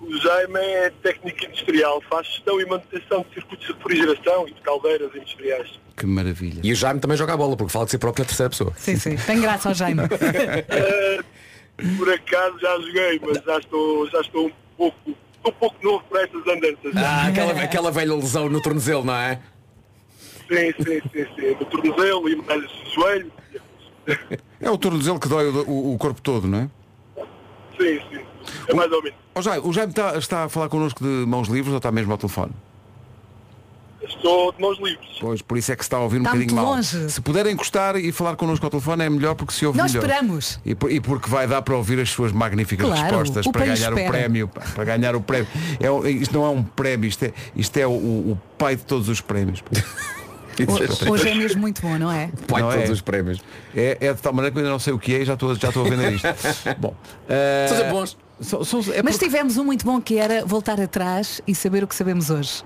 [SPEAKER 8] O Jaime é técnico industrial, faz gestão e manutenção de circuitos de refrigeração e de caldeiras industriais.
[SPEAKER 1] Que maravilha.
[SPEAKER 5] E o Jaime também joga a bola, porque fala de si próprio na terceira pessoa.
[SPEAKER 3] Sim, sim. Tem graça ao Jaime.
[SPEAKER 8] Por acaso já joguei, mas já estou, já estou um pouco, estou um pouco novo para estas andanças.
[SPEAKER 5] Ah, aquela, aquela velha lesão no tornozelo, não é?
[SPEAKER 8] Sim, sim, sim, sim. Do tornozelo e mais joelho.
[SPEAKER 1] É o tornozelo que dói o, o- o corpo todo, não é?
[SPEAKER 8] Sim, sim. É mais ou menos.
[SPEAKER 1] Ó Jaime, o Jaime está, está a falar connosco de mãos livres ou está mesmo ao telefone?
[SPEAKER 8] Estou de mãos livres.
[SPEAKER 1] Pois, por isso é que se está a ouvir um
[SPEAKER 3] Está
[SPEAKER 1] bocadinho
[SPEAKER 3] muito
[SPEAKER 1] mal.
[SPEAKER 3] longe.
[SPEAKER 1] Se puder encostar e falar connosco ao telefone é melhor porque se ouve
[SPEAKER 3] Nós
[SPEAKER 1] melhor.
[SPEAKER 3] esperamos.
[SPEAKER 1] E, por- e porque vai dar para ouvir as suas magníficas
[SPEAKER 3] Claro,
[SPEAKER 1] respostas
[SPEAKER 3] o
[SPEAKER 1] para
[SPEAKER 3] país
[SPEAKER 1] ganhar o
[SPEAKER 3] espera.
[SPEAKER 1] prémio. pá, Para ganhar o prémio. É, o- isto não é um prémio, isto é, isto é o, o pai de todos os prémios. pá.
[SPEAKER 3] Ho- Hoje é mesmo muito bom, não é?
[SPEAKER 5] Pai
[SPEAKER 1] Não
[SPEAKER 5] de todos
[SPEAKER 1] é?
[SPEAKER 5] os prémios.
[SPEAKER 1] É, é de tal maneira que eu ainda não sei o que é e já estou, já estou a vender isto. Bom, eh,
[SPEAKER 5] São sempre bons.
[SPEAKER 1] são- são- é
[SPEAKER 3] Mas
[SPEAKER 1] porque-
[SPEAKER 3] tivemos um muito bom que era voltar atrás e saber o que sabemos hoje.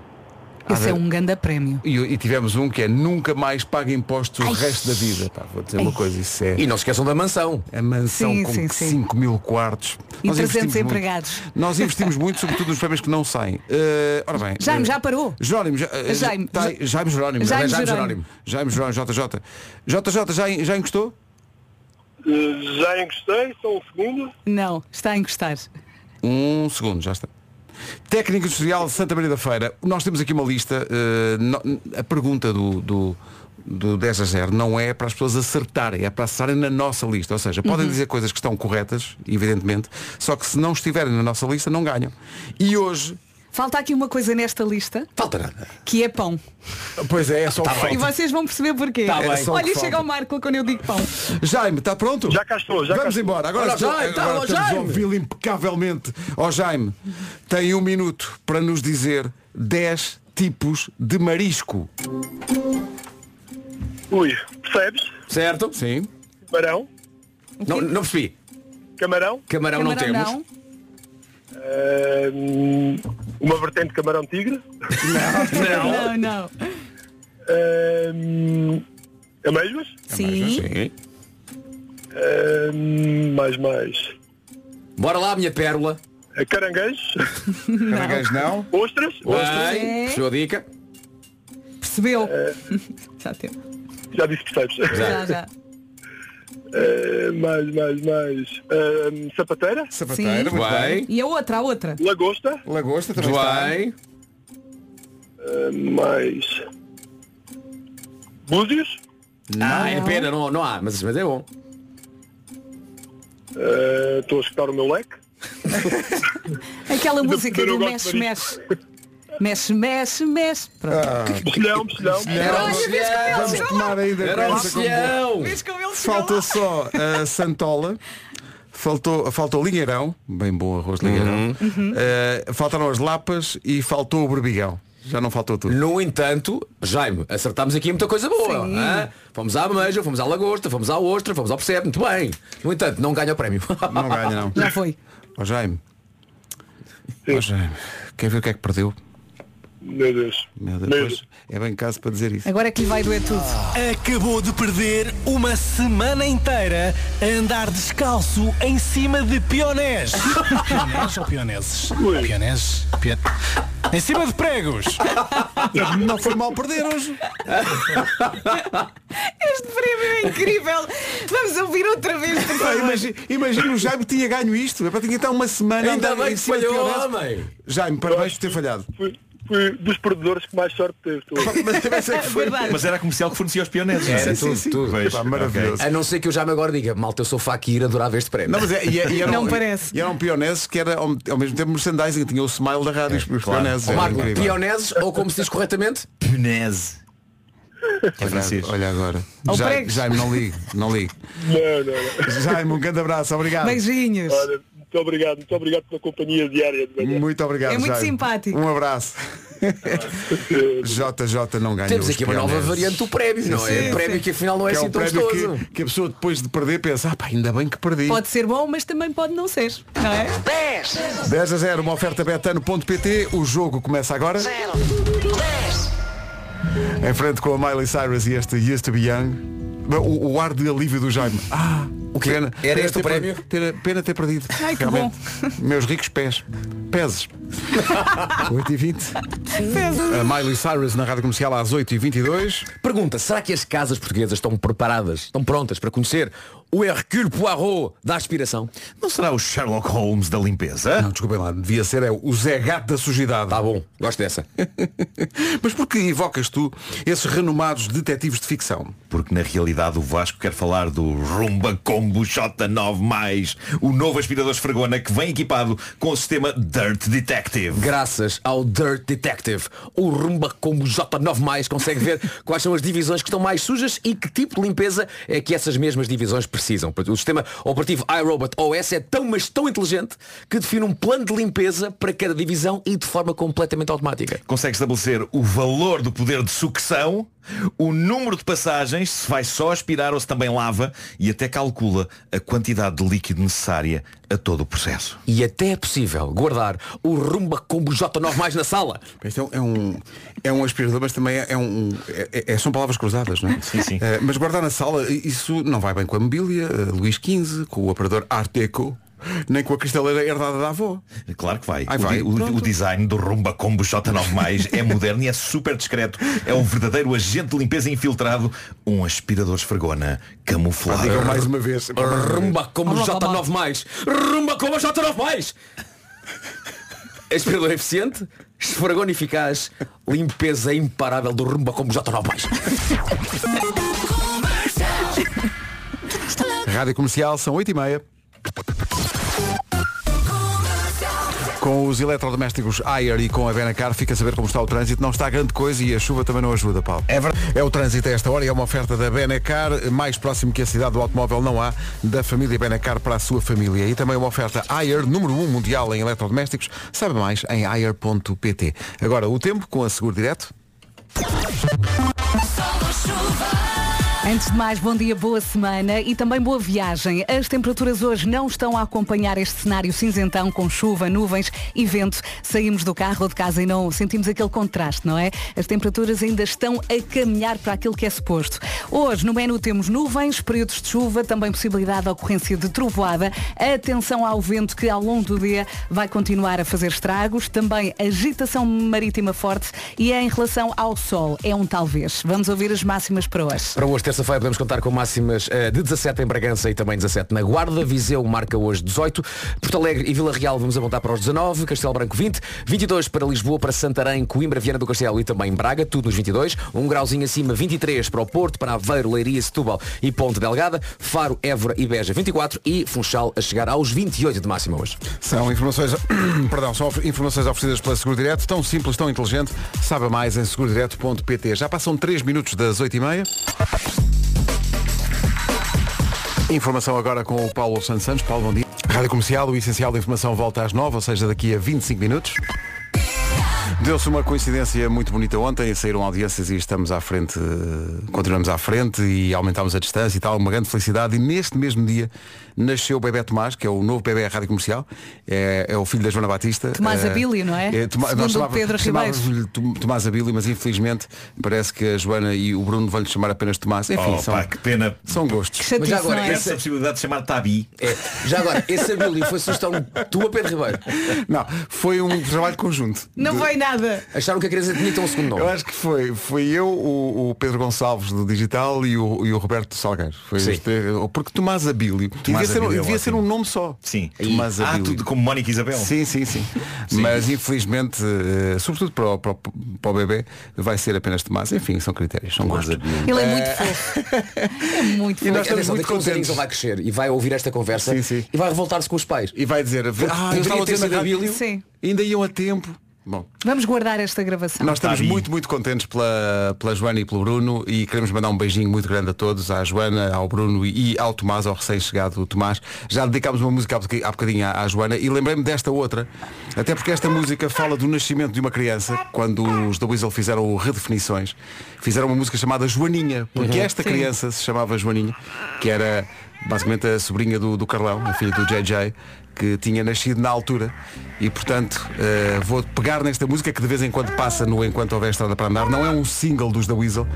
[SPEAKER 3] Esse
[SPEAKER 1] Ah,
[SPEAKER 3] é
[SPEAKER 1] de-
[SPEAKER 3] um grande prémio.
[SPEAKER 1] E, e tivemos um que é nunca mais paga impostos o resto da vida. Pá, vou dizer uma coisa, isso é.
[SPEAKER 5] E não se esqueçam da mansão.
[SPEAKER 1] A mansão
[SPEAKER 3] Sim,
[SPEAKER 1] com
[SPEAKER 3] sim, sim.
[SPEAKER 1] 5 mil quartos.
[SPEAKER 3] E 300
[SPEAKER 1] investimos muito.
[SPEAKER 3] empregados.
[SPEAKER 1] Nós investimos muito, sobretudo nos prémios que não saem. Eh, ora bem.
[SPEAKER 3] Jaime,
[SPEAKER 1] eh,
[SPEAKER 3] já parou?
[SPEAKER 1] Jerónimo, já, eh,
[SPEAKER 3] Jaime.
[SPEAKER 1] tá aí, Jaime Jerónimo.
[SPEAKER 3] Jaime
[SPEAKER 1] Jaime
[SPEAKER 3] Jerónimo.
[SPEAKER 1] Jerónimo. Jaime Jerónimo, JJ. JJ, já, en- já encostou?
[SPEAKER 8] Eh, Já encostei, só um segundo.
[SPEAKER 3] Não, está a encostar.
[SPEAKER 1] Um segundo, já está. Técnico Industrial de Santa Maria da Feira. Nós temos aqui uma lista. eh, no- a pergunta do, do, do 10 a 0 não é para as pessoas acertarem, é para acertarem na nossa lista. Ou seja,
[SPEAKER 8] Uhum.
[SPEAKER 1] podem dizer coisas que estão corretas, evidentemente, só que se não estiverem na nossa lista, não ganham. E hoje.
[SPEAKER 3] Falta aqui uma coisa nesta lista,
[SPEAKER 5] Falta nada.
[SPEAKER 3] que é pão.
[SPEAKER 1] Pois é, é
[SPEAKER 8] Tá
[SPEAKER 1] só
[SPEAKER 3] E vocês vão perceber porquê.
[SPEAKER 5] Tá bem.
[SPEAKER 1] Só o que
[SPEAKER 3] Olha, e
[SPEAKER 1] falta.
[SPEAKER 3] chega o Marco quando eu digo pão.
[SPEAKER 1] Jaime, está pronto?
[SPEAKER 8] Já cá estou, já cá
[SPEAKER 1] Vamos
[SPEAKER 8] estou.
[SPEAKER 1] embora. Agora,
[SPEAKER 5] Ora, Jaime, tá, ó,
[SPEAKER 1] agora estamos a
[SPEAKER 5] Jaime.
[SPEAKER 1] ouvi-lo impecavelmente. Ó Jaime, tem um minuto para nos dizer 10 tipos de marisco.
[SPEAKER 8] Ui, percebes? Então.
[SPEAKER 5] Certo?
[SPEAKER 1] Sim.
[SPEAKER 8] Camarão,
[SPEAKER 5] Não, não percebi.
[SPEAKER 8] camarão,
[SPEAKER 5] Camarão, não
[SPEAKER 3] Camarão
[SPEAKER 5] temos.
[SPEAKER 8] ah, hum, uma vertente camarão tigre,
[SPEAKER 3] Não, não.
[SPEAKER 8] ah, hum, amêijoas,
[SPEAKER 3] Sim.
[SPEAKER 5] Sim.
[SPEAKER 8] ah, hum, mais mais,
[SPEAKER 5] Bora lá, minha pérola.
[SPEAKER 8] caranguejos,
[SPEAKER 1] Caranguejo não.
[SPEAKER 8] ostras,
[SPEAKER 5] Bem,
[SPEAKER 3] É.
[SPEAKER 5] percebeu a dica?
[SPEAKER 3] Percebeu? Já temos.
[SPEAKER 8] já disse percebes.
[SPEAKER 3] Já, já.
[SPEAKER 8] Ah, Eh, mais mais mais, ah, hum, sapateira,
[SPEAKER 1] Sapateira,
[SPEAKER 3] Sim.
[SPEAKER 1] muito bem.
[SPEAKER 5] Bem,
[SPEAKER 3] E a outra, a outra.
[SPEAKER 8] lagosta,
[SPEAKER 1] Lagosta também está.
[SPEAKER 5] bem.
[SPEAKER 8] ah, mais búzios,
[SPEAKER 5] Ah, é pena, não, não há, mas, mas é bom.
[SPEAKER 8] ah, estou a escutar o meu leque,
[SPEAKER 3] Aquela música
[SPEAKER 8] eu
[SPEAKER 3] do
[SPEAKER 8] gosto
[SPEAKER 3] mexe,
[SPEAKER 8] de
[SPEAKER 3] mexe. Mexe, mexe, mexe. Pronto.
[SPEAKER 8] mexilhão, mexilhão,
[SPEAKER 3] Olha, vês como ele
[SPEAKER 1] Vamos
[SPEAKER 3] chegou
[SPEAKER 1] tomar
[SPEAKER 3] lá.
[SPEAKER 1] ainda
[SPEAKER 5] Era um
[SPEAKER 1] criança com boa.
[SPEAKER 5] ancião.
[SPEAKER 3] Vês como ele chegou
[SPEAKER 1] Falta
[SPEAKER 3] lá.
[SPEAKER 1] só a Santola. Faltou, faltou Linheirão, bem bom arroz de
[SPEAKER 5] Uhum.
[SPEAKER 1] Linheirão. Eh, faltaram as lapas e faltou o berbigão. Já não faltou tudo.
[SPEAKER 5] No entanto, Jaime, acertámos aqui muita coisa boa.
[SPEAKER 3] Sim.
[SPEAKER 5] hã? Fomos à Meja, fomos à Lagosta, fomos à Ostra, fomos ao Percebe, muito bem. No entanto, não ganha o prémio.
[SPEAKER 1] Não ganha, não.
[SPEAKER 3] Já foi.
[SPEAKER 1] Ó Jaime. Ó Jaime. Quer ver o que é que perdeu?
[SPEAKER 8] meu Deus,
[SPEAKER 1] Meu Deus.
[SPEAKER 8] Deus.
[SPEAKER 1] pois, É bem caso para dizer isso.
[SPEAKER 3] Agora é que lhe vai doer tudo.
[SPEAKER 9] Acabou de perder uma semana inteira a andar descalço em cima de pionés. pionés ou pioneses?
[SPEAKER 8] Ui.
[SPEAKER 9] Pionés? Pion... Em cima de pregos.
[SPEAKER 1] Não foi mal perder hoje.
[SPEAKER 3] Este prémio é incrível. Vamos ouvir outra vez. por favor.
[SPEAKER 1] Imagina, imagina o Jaime tinha ganho isto. É para tinha estar uma semana
[SPEAKER 5] Ainda
[SPEAKER 1] a andar
[SPEAKER 5] bem
[SPEAKER 1] em
[SPEAKER 5] que
[SPEAKER 1] cima de
[SPEAKER 5] falhou,
[SPEAKER 1] pioneses.
[SPEAKER 5] homem.
[SPEAKER 1] Jaime, parabéns por ter falhado.
[SPEAKER 8] fui, fui dos perdedores que mais sorte teve. estou a ver.
[SPEAKER 1] Mas também sei que foi.
[SPEAKER 3] É Verdade.
[SPEAKER 10] Mas era a comercial que fornecia os pioneiros. não é?
[SPEAKER 5] Era tudo, tudo.
[SPEAKER 10] Pois,
[SPEAKER 1] Epá,
[SPEAKER 10] ok.
[SPEAKER 1] maravilhoso.
[SPEAKER 5] A não ser que eu já me agora diga, malta, eu sou faquir, adorava este prémio.
[SPEAKER 1] Não, mas é, e, é- e eram,
[SPEAKER 3] Não parece.
[SPEAKER 1] E eram pioneses que era ao, ao mesmo tempo merchandising, tinha o smile da rádio, os
[SPEAKER 10] claro.
[SPEAKER 1] pioneses.
[SPEAKER 5] Ó,
[SPEAKER 1] era
[SPEAKER 5] É, Marco,
[SPEAKER 1] é incrível.
[SPEAKER 5] pioneses, ou como se diz corretamente,
[SPEAKER 10] Pionese. É
[SPEAKER 1] Olha,
[SPEAKER 10] francês.
[SPEAKER 1] olha agora.
[SPEAKER 3] Ao
[SPEAKER 1] Jaime-
[SPEAKER 3] pregos.
[SPEAKER 1] Jaime, não ligue, não ligue.
[SPEAKER 8] Não, não, não.
[SPEAKER 1] Jaime, um grande abraço, obrigado.
[SPEAKER 3] Beijinhos.
[SPEAKER 8] Olha, muito obrigado, muito obrigado pela companhia diária de manhã.
[SPEAKER 1] Muito obrigado.
[SPEAKER 3] É muito
[SPEAKER 1] Jaime.
[SPEAKER 3] simpático.
[SPEAKER 1] Um abraço. JJ não ganhou.
[SPEAKER 5] temos
[SPEAKER 1] os
[SPEAKER 5] aqui uma nova
[SPEAKER 1] pioneses.
[SPEAKER 5] variante do prémio, não é?
[SPEAKER 3] sim,
[SPEAKER 5] prémio
[SPEAKER 3] sim.
[SPEAKER 5] que afinal não é,
[SPEAKER 1] Que é
[SPEAKER 5] assim
[SPEAKER 1] um
[SPEAKER 5] tão
[SPEAKER 1] prémio
[SPEAKER 5] gostoso.
[SPEAKER 1] que, que a pessoa depois de perder pensa, ah pá, ainda bem que perdi.
[SPEAKER 3] Pode ser bom, mas também pode não ser. Não é?
[SPEAKER 7] 10, 0,
[SPEAKER 1] 10 a 0, uma oferta betano.pt, o jogo começa agora.
[SPEAKER 7] 10.
[SPEAKER 1] Em frente com a Miley Cyrus e este Used to Be Young. Bem, O, o ar de alívio do Jaime. Ah, o
[SPEAKER 5] quê? Era este o prémio?
[SPEAKER 1] Pena, pena ter perdido.
[SPEAKER 3] Ai, que
[SPEAKER 1] Realmente. Meus ricos pés. Peses. 8h20. A Miley Cyrus na rádio comercial às 8h22.
[SPEAKER 5] Pergunta, será que as casas portuguesas estão preparadas, estão prontas para conhecer o Hercule Poirot da aspiração?
[SPEAKER 10] Não será o Sherlock Holmes da limpeza?
[SPEAKER 1] Não, desculpem lá, devia ser é, o Zé Gato da sujidade.
[SPEAKER 5] Tá bom, gosto dessa.
[SPEAKER 1] Mas por que evocas tu esses renomados detetives de ficção?
[SPEAKER 10] Porque na realidade o Vasco quer falar do Rumba Combo J9+, o novo aspirador esfregona que vem equipado com o sistema Dirt Detective.
[SPEAKER 5] Graças ao Dirt Detective, o Rumba Combo J9+, consegue ver quais são as divisões que estão mais sujas e que tipo de limpeza é que essas mesmas divisões precisam. O sistema operativo iRobot OS é tão, mas tão inteligente que define um plano de limpeza para cada divisão e de forma completamente automática.
[SPEAKER 10] Consegue estabelecer o valor do poder de sucção, o número de passagens, se vai só aspirar ou se também lava, e até calcula a quantidade de líquido necessária a todo o processo.
[SPEAKER 5] E até é possível guardar o Rumba Combo J9+, na sala.
[SPEAKER 1] Este é um- é um, é um aspirador, mas também é, é um. é- é- são palavras cruzadas, não é?
[SPEAKER 10] Sim, sim.
[SPEAKER 1] Eh, mas guardar na sala, isso não vai bem com a mobília, eh, Luís XV, com o operador Arteco, nem com a cristaleira herdada da avó.
[SPEAKER 10] Claro que vai.
[SPEAKER 1] Ai,
[SPEAKER 10] O
[SPEAKER 1] vai.
[SPEAKER 10] di- o,
[SPEAKER 1] Pronto.
[SPEAKER 10] o design do Rumba Combo J9 é moderno e é super discreto. É um verdadeiro agente de limpeza infiltrado, um aspirador esfregona camuflado.
[SPEAKER 1] Ah, Digam mais uma vez.
[SPEAKER 10] Ah.
[SPEAKER 5] Rumba Combo J9+, Rumba Combo J9+. aspirador eficiente, esfragona eficaz, limpeza imparável do rumba como J9 mais.
[SPEAKER 1] Rádio Comercial, são 8 e meia. Com os eletrodomésticos Ayer e com a Benacar, fica a saber como está o trânsito. Não está grande coisa e a chuva também não ajuda, Paulo. É, o trânsito a esta hora e é uma oferta da Benacar. Mais próximo que a cidade do automóvel não há, da família Benacar para a sua família. E também uma oferta Ayer, número 1 mundial em eletrodomésticos. Sabe mais em ayer.pt. Agora, o tempo com a Seguro Direto.
[SPEAKER 3] Antes de mais, bom dia, boa semana e também boa viagem. As temperaturas hoje não estão a acompanhar este cenário cinzentão com chuva, nuvens e vento. Saímos do carro ou de casa e não sentimos aquele contraste, não é? As temperaturas ainda estão a caminhar para aquilo que é suposto. Hoje no menu temos nuvens, períodos de chuva, também possibilidade de ocorrência de trovoada. Atenção ao vento que ao longo do dia vai continuar a fazer estragos. Também agitação marítima forte e em relação ao sol, é um talvez. Vamos ouvir as máximas para hoje.
[SPEAKER 5] Para hoje, terça-feira, podemos contar com máximas eh, de 17 em Bragança e também 17 na Guarda. Viseu marca hoje 18. Porto Alegre e Vila Real vamos apontar para os 19. Castelo Branco 20. 22 para Lisboa, para Santarém, Coimbra, Viana do Castelo e também Braga. Tudo nos 22. Um grauzinho acima, 23 para o Porto, para Aveiro, Leiria, Setúbal e Ponte Delgada. Faro, Évora e Beja 24. E Funchal a chegar aos 28 de máxima hoje.
[SPEAKER 1] São informações, perdão, são of- informações oferecidas pela Seguro Direto, tão simples, tão inteligente. Saiba mais em segurodireto.pt. Já passam 3 minutos das 8h30. Informação agora com o Paulo Santos Santos. Paulo, bom dia. Rádio Comercial, o essencial da informação volta às 9, ou seja, daqui a 25 minutos. Deu-se uma coincidência muito bonita ontem, saíram audiências e estamos à frente, eh, continuamos à frente e aumentámos a distância e tal, uma grande felicidade. E neste mesmo dia nasceu o bebê Tomás, que é o novo bebê à Rádio Comercial, é, é o filho da Joana Batista.
[SPEAKER 3] Tomás
[SPEAKER 1] Eh,
[SPEAKER 3] Abílio, não é?
[SPEAKER 1] Toma-
[SPEAKER 3] Segundo
[SPEAKER 1] nós
[SPEAKER 3] o
[SPEAKER 1] chamava-
[SPEAKER 3] Pedro Ribeiro.
[SPEAKER 1] chamávamos-lhe Tom- Tomás Abílio, mas infelizmente parece que a Joana e o Bruno vão-lhe chamar apenas Tomás. Enfim,
[SPEAKER 10] Oh,
[SPEAKER 1] são,
[SPEAKER 10] pá, que pena.
[SPEAKER 1] são gostos.
[SPEAKER 3] Chatice,
[SPEAKER 5] Mas já agora,
[SPEAKER 3] não é?
[SPEAKER 10] Essa possibilidade de chamar Tabi.
[SPEAKER 5] É, já agora, esse Abílio foi sugestão tua, Pedro Ribeiro.
[SPEAKER 1] Não, foi um trabalho conjunto.
[SPEAKER 3] Não
[SPEAKER 1] De-
[SPEAKER 3] vai nada.
[SPEAKER 5] Acharam que a criança tinha então um segundo
[SPEAKER 1] Eu
[SPEAKER 5] nome.
[SPEAKER 1] acho que foi, foi eu, o, o Pedro Gonçalves do Digital e o, e o Roberto Salgueiro. Foi
[SPEAKER 5] Sim.
[SPEAKER 1] os três- porque Tomás Abílio devia, ser, um-
[SPEAKER 10] Abílio é
[SPEAKER 1] devia ser um
[SPEAKER 10] ótimo.
[SPEAKER 1] nome só.
[SPEAKER 10] Sim.
[SPEAKER 1] Tomás
[SPEAKER 10] Há
[SPEAKER 1] Abílio.
[SPEAKER 10] tudo como Mónica Isabel.
[SPEAKER 1] Sim, sim, sim, Mas infelizmente, eh, sobretudo para o, para, o, para o bebê, vai ser apenas Tomás. Enfim, são critérios, são gostos.
[SPEAKER 3] Ele é muito fofo. É muito
[SPEAKER 1] Eh, E
[SPEAKER 3] fofo.
[SPEAKER 1] nós estamos
[SPEAKER 5] Atenção,
[SPEAKER 1] muito
[SPEAKER 5] daqui a uns
[SPEAKER 1] contentes.
[SPEAKER 5] aninhos ele vai crescer e vai ouvir esta conversa
[SPEAKER 1] Sim, sim.
[SPEAKER 5] e vai revoltar-se com os pais.
[SPEAKER 1] E vai dizer, ah, eu
[SPEAKER 5] Poderia
[SPEAKER 1] estava a
[SPEAKER 5] ter
[SPEAKER 1] dizer
[SPEAKER 5] sido
[SPEAKER 1] na rádio,
[SPEAKER 5] Abílio.
[SPEAKER 3] Sim.
[SPEAKER 1] ainda iam a tempo. Bom,
[SPEAKER 3] Vamos guardar esta gravação.
[SPEAKER 1] Nós estamos
[SPEAKER 10] Tá aí.
[SPEAKER 1] muito, muito contentes pela, pela Joana e pelo Bruno e queremos mandar um beijinho muito grande a todos, à Joana, ao Bruno e ao Tomás, ao recém-chegado Tomás. Já dedicámos uma música há boca- há bocadinho à, à Joana e lembrei-me desta outra, até porque esta música fala do nascimento de uma criança, quando os da Weasel fizeram o redefinições, fizeram uma música chamada Joaninha, porque esta
[SPEAKER 3] Sim.
[SPEAKER 1] criança se chamava Joaninha, que era basicamente a sobrinha do, do Carlão, a filha do JJ, que tinha nascido na altura. E portanto, eh, vou pegar nesta música que de vez em quando passa no Enquanto Houver Estrada para Andar. Não é um single dos da Weasel,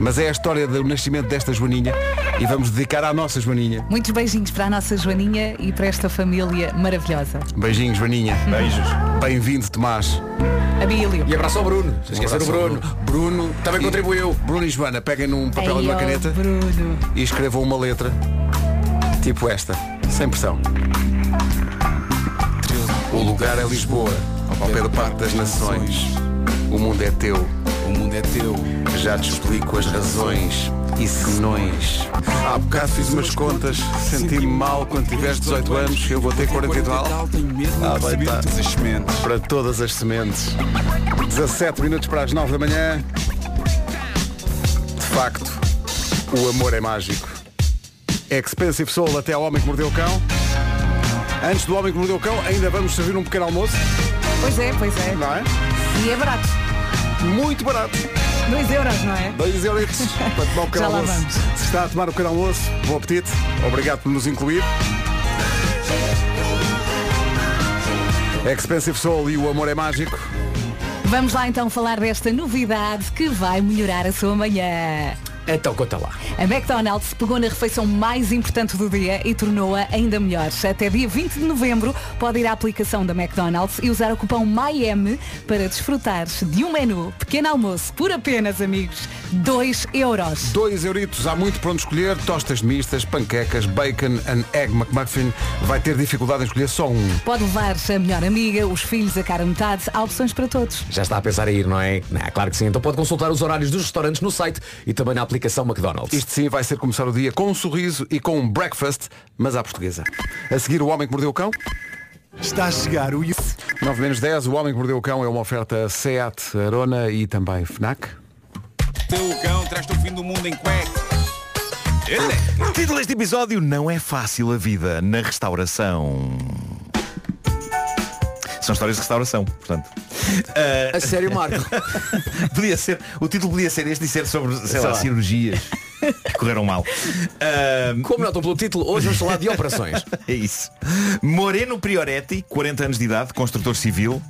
[SPEAKER 1] mas é a história do nascimento desta Joaninha e vamos dedicar à nossa Joaninha.
[SPEAKER 3] Muitos beijinhos para a nossa Joaninha e para esta família maravilhosa.
[SPEAKER 1] Beijinhos, Joaninha.
[SPEAKER 10] Beijos.
[SPEAKER 1] Bem-vindo, Tomás. Um
[SPEAKER 3] Abílio.
[SPEAKER 5] E abraço ao Bruno. Sem esquecer o
[SPEAKER 1] Abraço ao
[SPEAKER 5] Bruno.
[SPEAKER 1] Bruno.
[SPEAKER 5] Também
[SPEAKER 1] e-
[SPEAKER 5] contribuiu.
[SPEAKER 1] Bruno e Joana, peguem num papel e
[SPEAKER 3] Ai,
[SPEAKER 1] numa
[SPEAKER 3] ó,
[SPEAKER 1] caneta
[SPEAKER 3] Bruno.
[SPEAKER 1] e escrevam uma letra tipo esta, sem pressão. O lugar é Lisboa, ao pé do Parque das Nações. O mundo é teu. O mundo é teu. Já te explico as razões e senões. Há bocado fiz umas contas, senti-me mal quando tiveres 18 anos, eu vou ter 42 al. Ah, vai estar. Para todas as sementes. 17 minutos para as 9 da manhã. De facto, o amor é mágico. Expensive Soul até ao Homem que Mordeu o Cão. Antes do Homem que Mordeu o Cão, ainda vamos servir um pequeno almoço,
[SPEAKER 3] Pois é, pois é.
[SPEAKER 1] não é?
[SPEAKER 3] E é barato.
[SPEAKER 1] Muito barato.
[SPEAKER 3] 2 euros, não é?
[SPEAKER 1] 2 euros para tomar o pequeno
[SPEAKER 3] Já lá
[SPEAKER 1] almoço.
[SPEAKER 3] vamos.
[SPEAKER 1] Se está a tomar o pequeno almoço, bom apetite. Obrigado por nos incluir. Expensive Soul e o amor é mágico.
[SPEAKER 3] Vamos lá então falar desta novidade que vai melhorar a sua manhã.
[SPEAKER 5] Então conta lá.
[SPEAKER 3] A McDonald's pegou na refeição mais importante do dia e tornou-a ainda melhor. Até dia 20 de novembro pode ir à aplicação da McDonald's e usar o cupom MIAMI para desfrutar de um menu pequeno almoço por apenas, amigos, 2 euros.
[SPEAKER 1] Dois euritos, há muito para onde escolher. Tostas mistas, panquecas, bacon and egg McMuffin. Vai ter dificuldade em escolher só um.
[SPEAKER 3] Pode levar a melhor amiga, os filhos, a cara a metade. Há opções para todos.
[SPEAKER 5] Já está a pensar em ir, não é? Não, claro que sim. Então pode consultar os horários dos restaurantes no site e também na aplicação McDonald's.
[SPEAKER 1] Isto sim vai ser começar o dia com um sorriso e com um breakfast, mas à portuguesa. A seguir, o Homem que Mordeu o Cão.
[SPEAKER 9] Está a chegar o...
[SPEAKER 1] 9 menos 10, o Homem que Mordeu o Cão é uma oferta SEAT, Arona e também FNAC.
[SPEAKER 11] Teu cão traz-te o fim do mundo em cueca.
[SPEAKER 10] Título deste episódio Não é fácil a vida na restauração. São histórias de restauração, portanto. Ah,
[SPEAKER 5] A sério, Marco.
[SPEAKER 10] podia ser, o título podia ser este e ser sobre, sei, lá,
[SPEAKER 5] lá.
[SPEAKER 10] cirurgias que correram mal. Ah,
[SPEAKER 5] Como notam pelo título, hoje vamos falar de operações.
[SPEAKER 10] É isso. Moreno Prioretti, 40 anos de idade, construtor civil.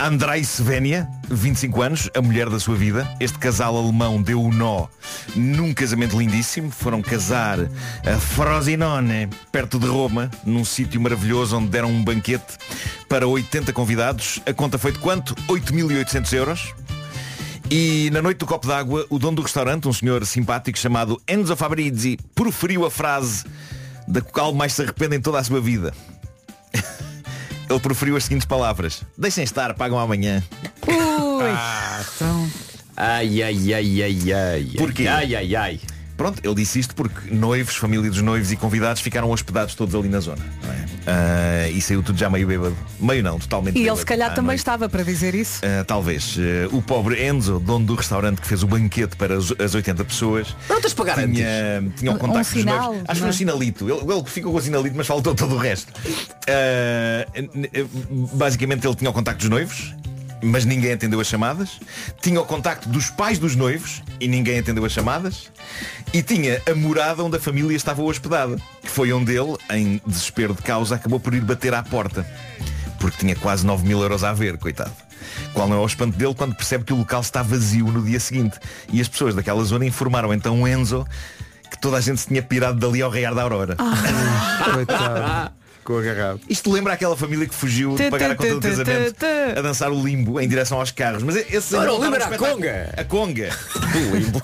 [SPEAKER 10] Andrei Svenia, 25 anos, a mulher da sua vida. Este casal alemão deu o nó num casamento lindíssimo. Foram casar a Frosinone, perto de Roma, num sítio maravilhoso onde deram um banquete para 80 convidados. A conta foi de quanto? 8.800 euros. E na noite do copo d'água, o dono do restaurante, um senhor simpático chamado Enzo Fabrizi, proferiu a frase da qual mais se arrepende em toda a sua vida. Ele proferiu as seguintes palavras. Deixem estar, pagam amanhã.
[SPEAKER 3] Ui,
[SPEAKER 10] Ah, então,
[SPEAKER 5] Ai, ai, ai, ai, ai.
[SPEAKER 10] Porquê?
[SPEAKER 5] Ai, ai, ai.
[SPEAKER 10] Pronto, ele disse isto porque noivos, família dos noivos e convidados ficaram hospedados todos ali na zona. não é? Ah, e saiu tudo já meio bêbado. Meio não, totalmente
[SPEAKER 3] e ele
[SPEAKER 10] bêbado
[SPEAKER 3] se calhar
[SPEAKER 10] à
[SPEAKER 3] também
[SPEAKER 10] noite.
[SPEAKER 3] estava para dizer isso.
[SPEAKER 10] Ah, talvez. Ah, o pobre Enzo, dono do restaurante que fez o banquete para as as 80 pessoas,
[SPEAKER 5] Prontas para pagar antes.
[SPEAKER 10] tinha, tinha um
[SPEAKER 3] Um
[SPEAKER 10] contacto dos
[SPEAKER 3] sinal,
[SPEAKER 10] noivos. Acho que
[SPEAKER 3] não
[SPEAKER 10] foi
[SPEAKER 3] é?
[SPEAKER 10] um sinalito. Ele, ele ficou com o sinalito, mas faltou todo o resto. Ah, n- n- basicamente ele tinha o contacto dos noivos, mas ninguém atendeu as chamadas. Tinha o contacto dos pais dos noivos e ninguém atendeu as chamadas. E tinha a morada onde a família estava hospedada, que foi onde ele, em desespero de causa, acabou por ir bater à porta. Porque tinha quase 9 mil euros a ver, coitado. Qual não é o espanto dele quando percebe que o local está vazio no dia seguinte? E as pessoas daquela zona informaram então o Enzo que toda a gente se tinha pirado dali ao raiar da Aurora.
[SPEAKER 3] Ah.
[SPEAKER 1] Coitado. Ficou agarrado.
[SPEAKER 10] Isto lembra aquela família que fugiu de
[SPEAKER 3] Tê,
[SPEAKER 10] pagar
[SPEAKER 3] tê,
[SPEAKER 10] a conta do
[SPEAKER 3] tê, tê,
[SPEAKER 10] casamento
[SPEAKER 3] tê, tê.
[SPEAKER 10] a dançar o limbo em direção aos carros. Mas esse
[SPEAKER 5] Ora,
[SPEAKER 10] ainda
[SPEAKER 5] o
[SPEAKER 10] estava
[SPEAKER 5] limbo era a
[SPEAKER 10] no espetáculo.
[SPEAKER 5] conga.
[SPEAKER 10] A conga. O limbo.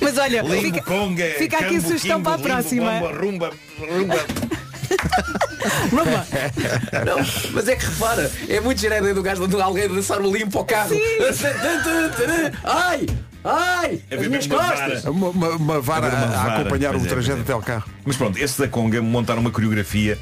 [SPEAKER 3] Mas olha,
[SPEAKER 10] Limbo,
[SPEAKER 3] fica,
[SPEAKER 10] conga.
[SPEAKER 3] fica aqui a
[SPEAKER 10] cambo,
[SPEAKER 3] sugestão
[SPEAKER 10] quimbo,
[SPEAKER 3] para a
[SPEAKER 10] limbo,
[SPEAKER 3] próxima.
[SPEAKER 10] bomba, rumba, rumba.
[SPEAKER 3] Roma,
[SPEAKER 5] Não, mas é que repara, é muito gerado do gajo de alguém dançar o limpo ao carro. Ai! Ai!
[SPEAKER 10] É
[SPEAKER 5] As
[SPEAKER 10] bem
[SPEAKER 5] minhas
[SPEAKER 10] uma vara.
[SPEAKER 5] costas!
[SPEAKER 1] Uma, uma- uma vara
[SPEAKER 10] Agora uma
[SPEAKER 1] a- a
[SPEAKER 10] vara,
[SPEAKER 1] acompanhar
[SPEAKER 10] pois
[SPEAKER 1] o
[SPEAKER 10] é,
[SPEAKER 1] trajeto
[SPEAKER 10] pois é.
[SPEAKER 1] até ao carro.
[SPEAKER 10] Mas pronto, estes da Conga montaram uma coreografia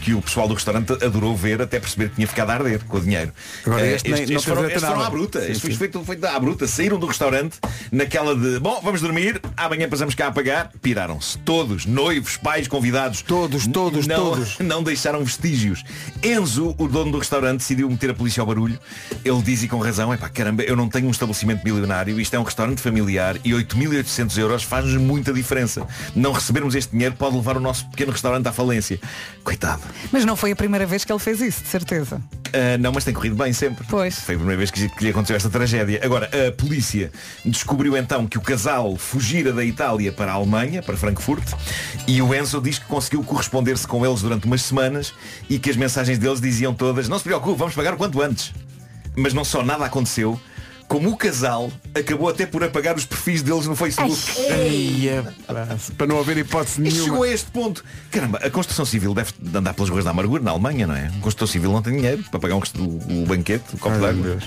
[SPEAKER 10] que o pessoal do restaurante adorou ver até perceber que tinha ficado a arder com o dinheiro.
[SPEAKER 1] Agora,
[SPEAKER 10] Eh,
[SPEAKER 1] este nem- não
[SPEAKER 10] foram,
[SPEAKER 1] fez
[SPEAKER 10] estes
[SPEAKER 1] nada.
[SPEAKER 10] foram à bruta.
[SPEAKER 1] Sim,
[SPEAKER 10] Este foi
[SPEAKER 1] sim.
[SPEAKER 10] feito, feito à bruta. Saíram do restaurante naquela de bom, vamos dormir, amanhã passamos cá a pagar. Piraram-se. Todos, noivos, pais, convidados.
[SPEAKER 1] Todos, todos,
[SPEAKER 10] não,
[SPEAKER 1] todos.
[SPEAKER 10] Não deixaram vestígios. Enzo, o dono do restaurante, decidiu meter a polícia ao barulho. Ele diz e com razão, é pá, caramba, eu não tenho um estabelecimento milionário, isto é um restaurante familiar e 8.800 euros faz-nos muita diferença. Não recebermos este dinheiro pode levar o nosso pequeno restaurante à falência. Coitado.
[SPEAKER 3] mas não foi a primeira vez que ele fez isso, de certeza.
[SPEAKER 10] Ah, não, mas tem corrido bem sempre.
[SPEAKER 3] Pois.
[SPEAKER 10] Foi a primeira vez que que lhe aconteceu esta tragédia. Agora, a polícia descobriu então que o casal fugira da Itália para a Alemanha, para Frankfurt, e o Enzo diz que conseguiu corresponder-se com eles durante umas semanas e que as mensagens deles diziam todas, não se preocupe, vamos pagar o quanto antes. Mas não só nada aconteceu, como o casal acabou até por apagar os perfis deles no Facebook.
[SPEAKER 1] Para não haver hipótese
[SPEAKER 10] E chegou
[SPEAKER 1] nenhuma.
[SPEAKER 10] a este ponto. Caramba, a construção civil deve andar pelas ruas da amargura na Alemanha, não é? Um construtor civil não tem dinheiro para pagar um, rest- o, o banquete, o copo
[SPEAKER 1] Ai,
[SPEAKER 10] d'água.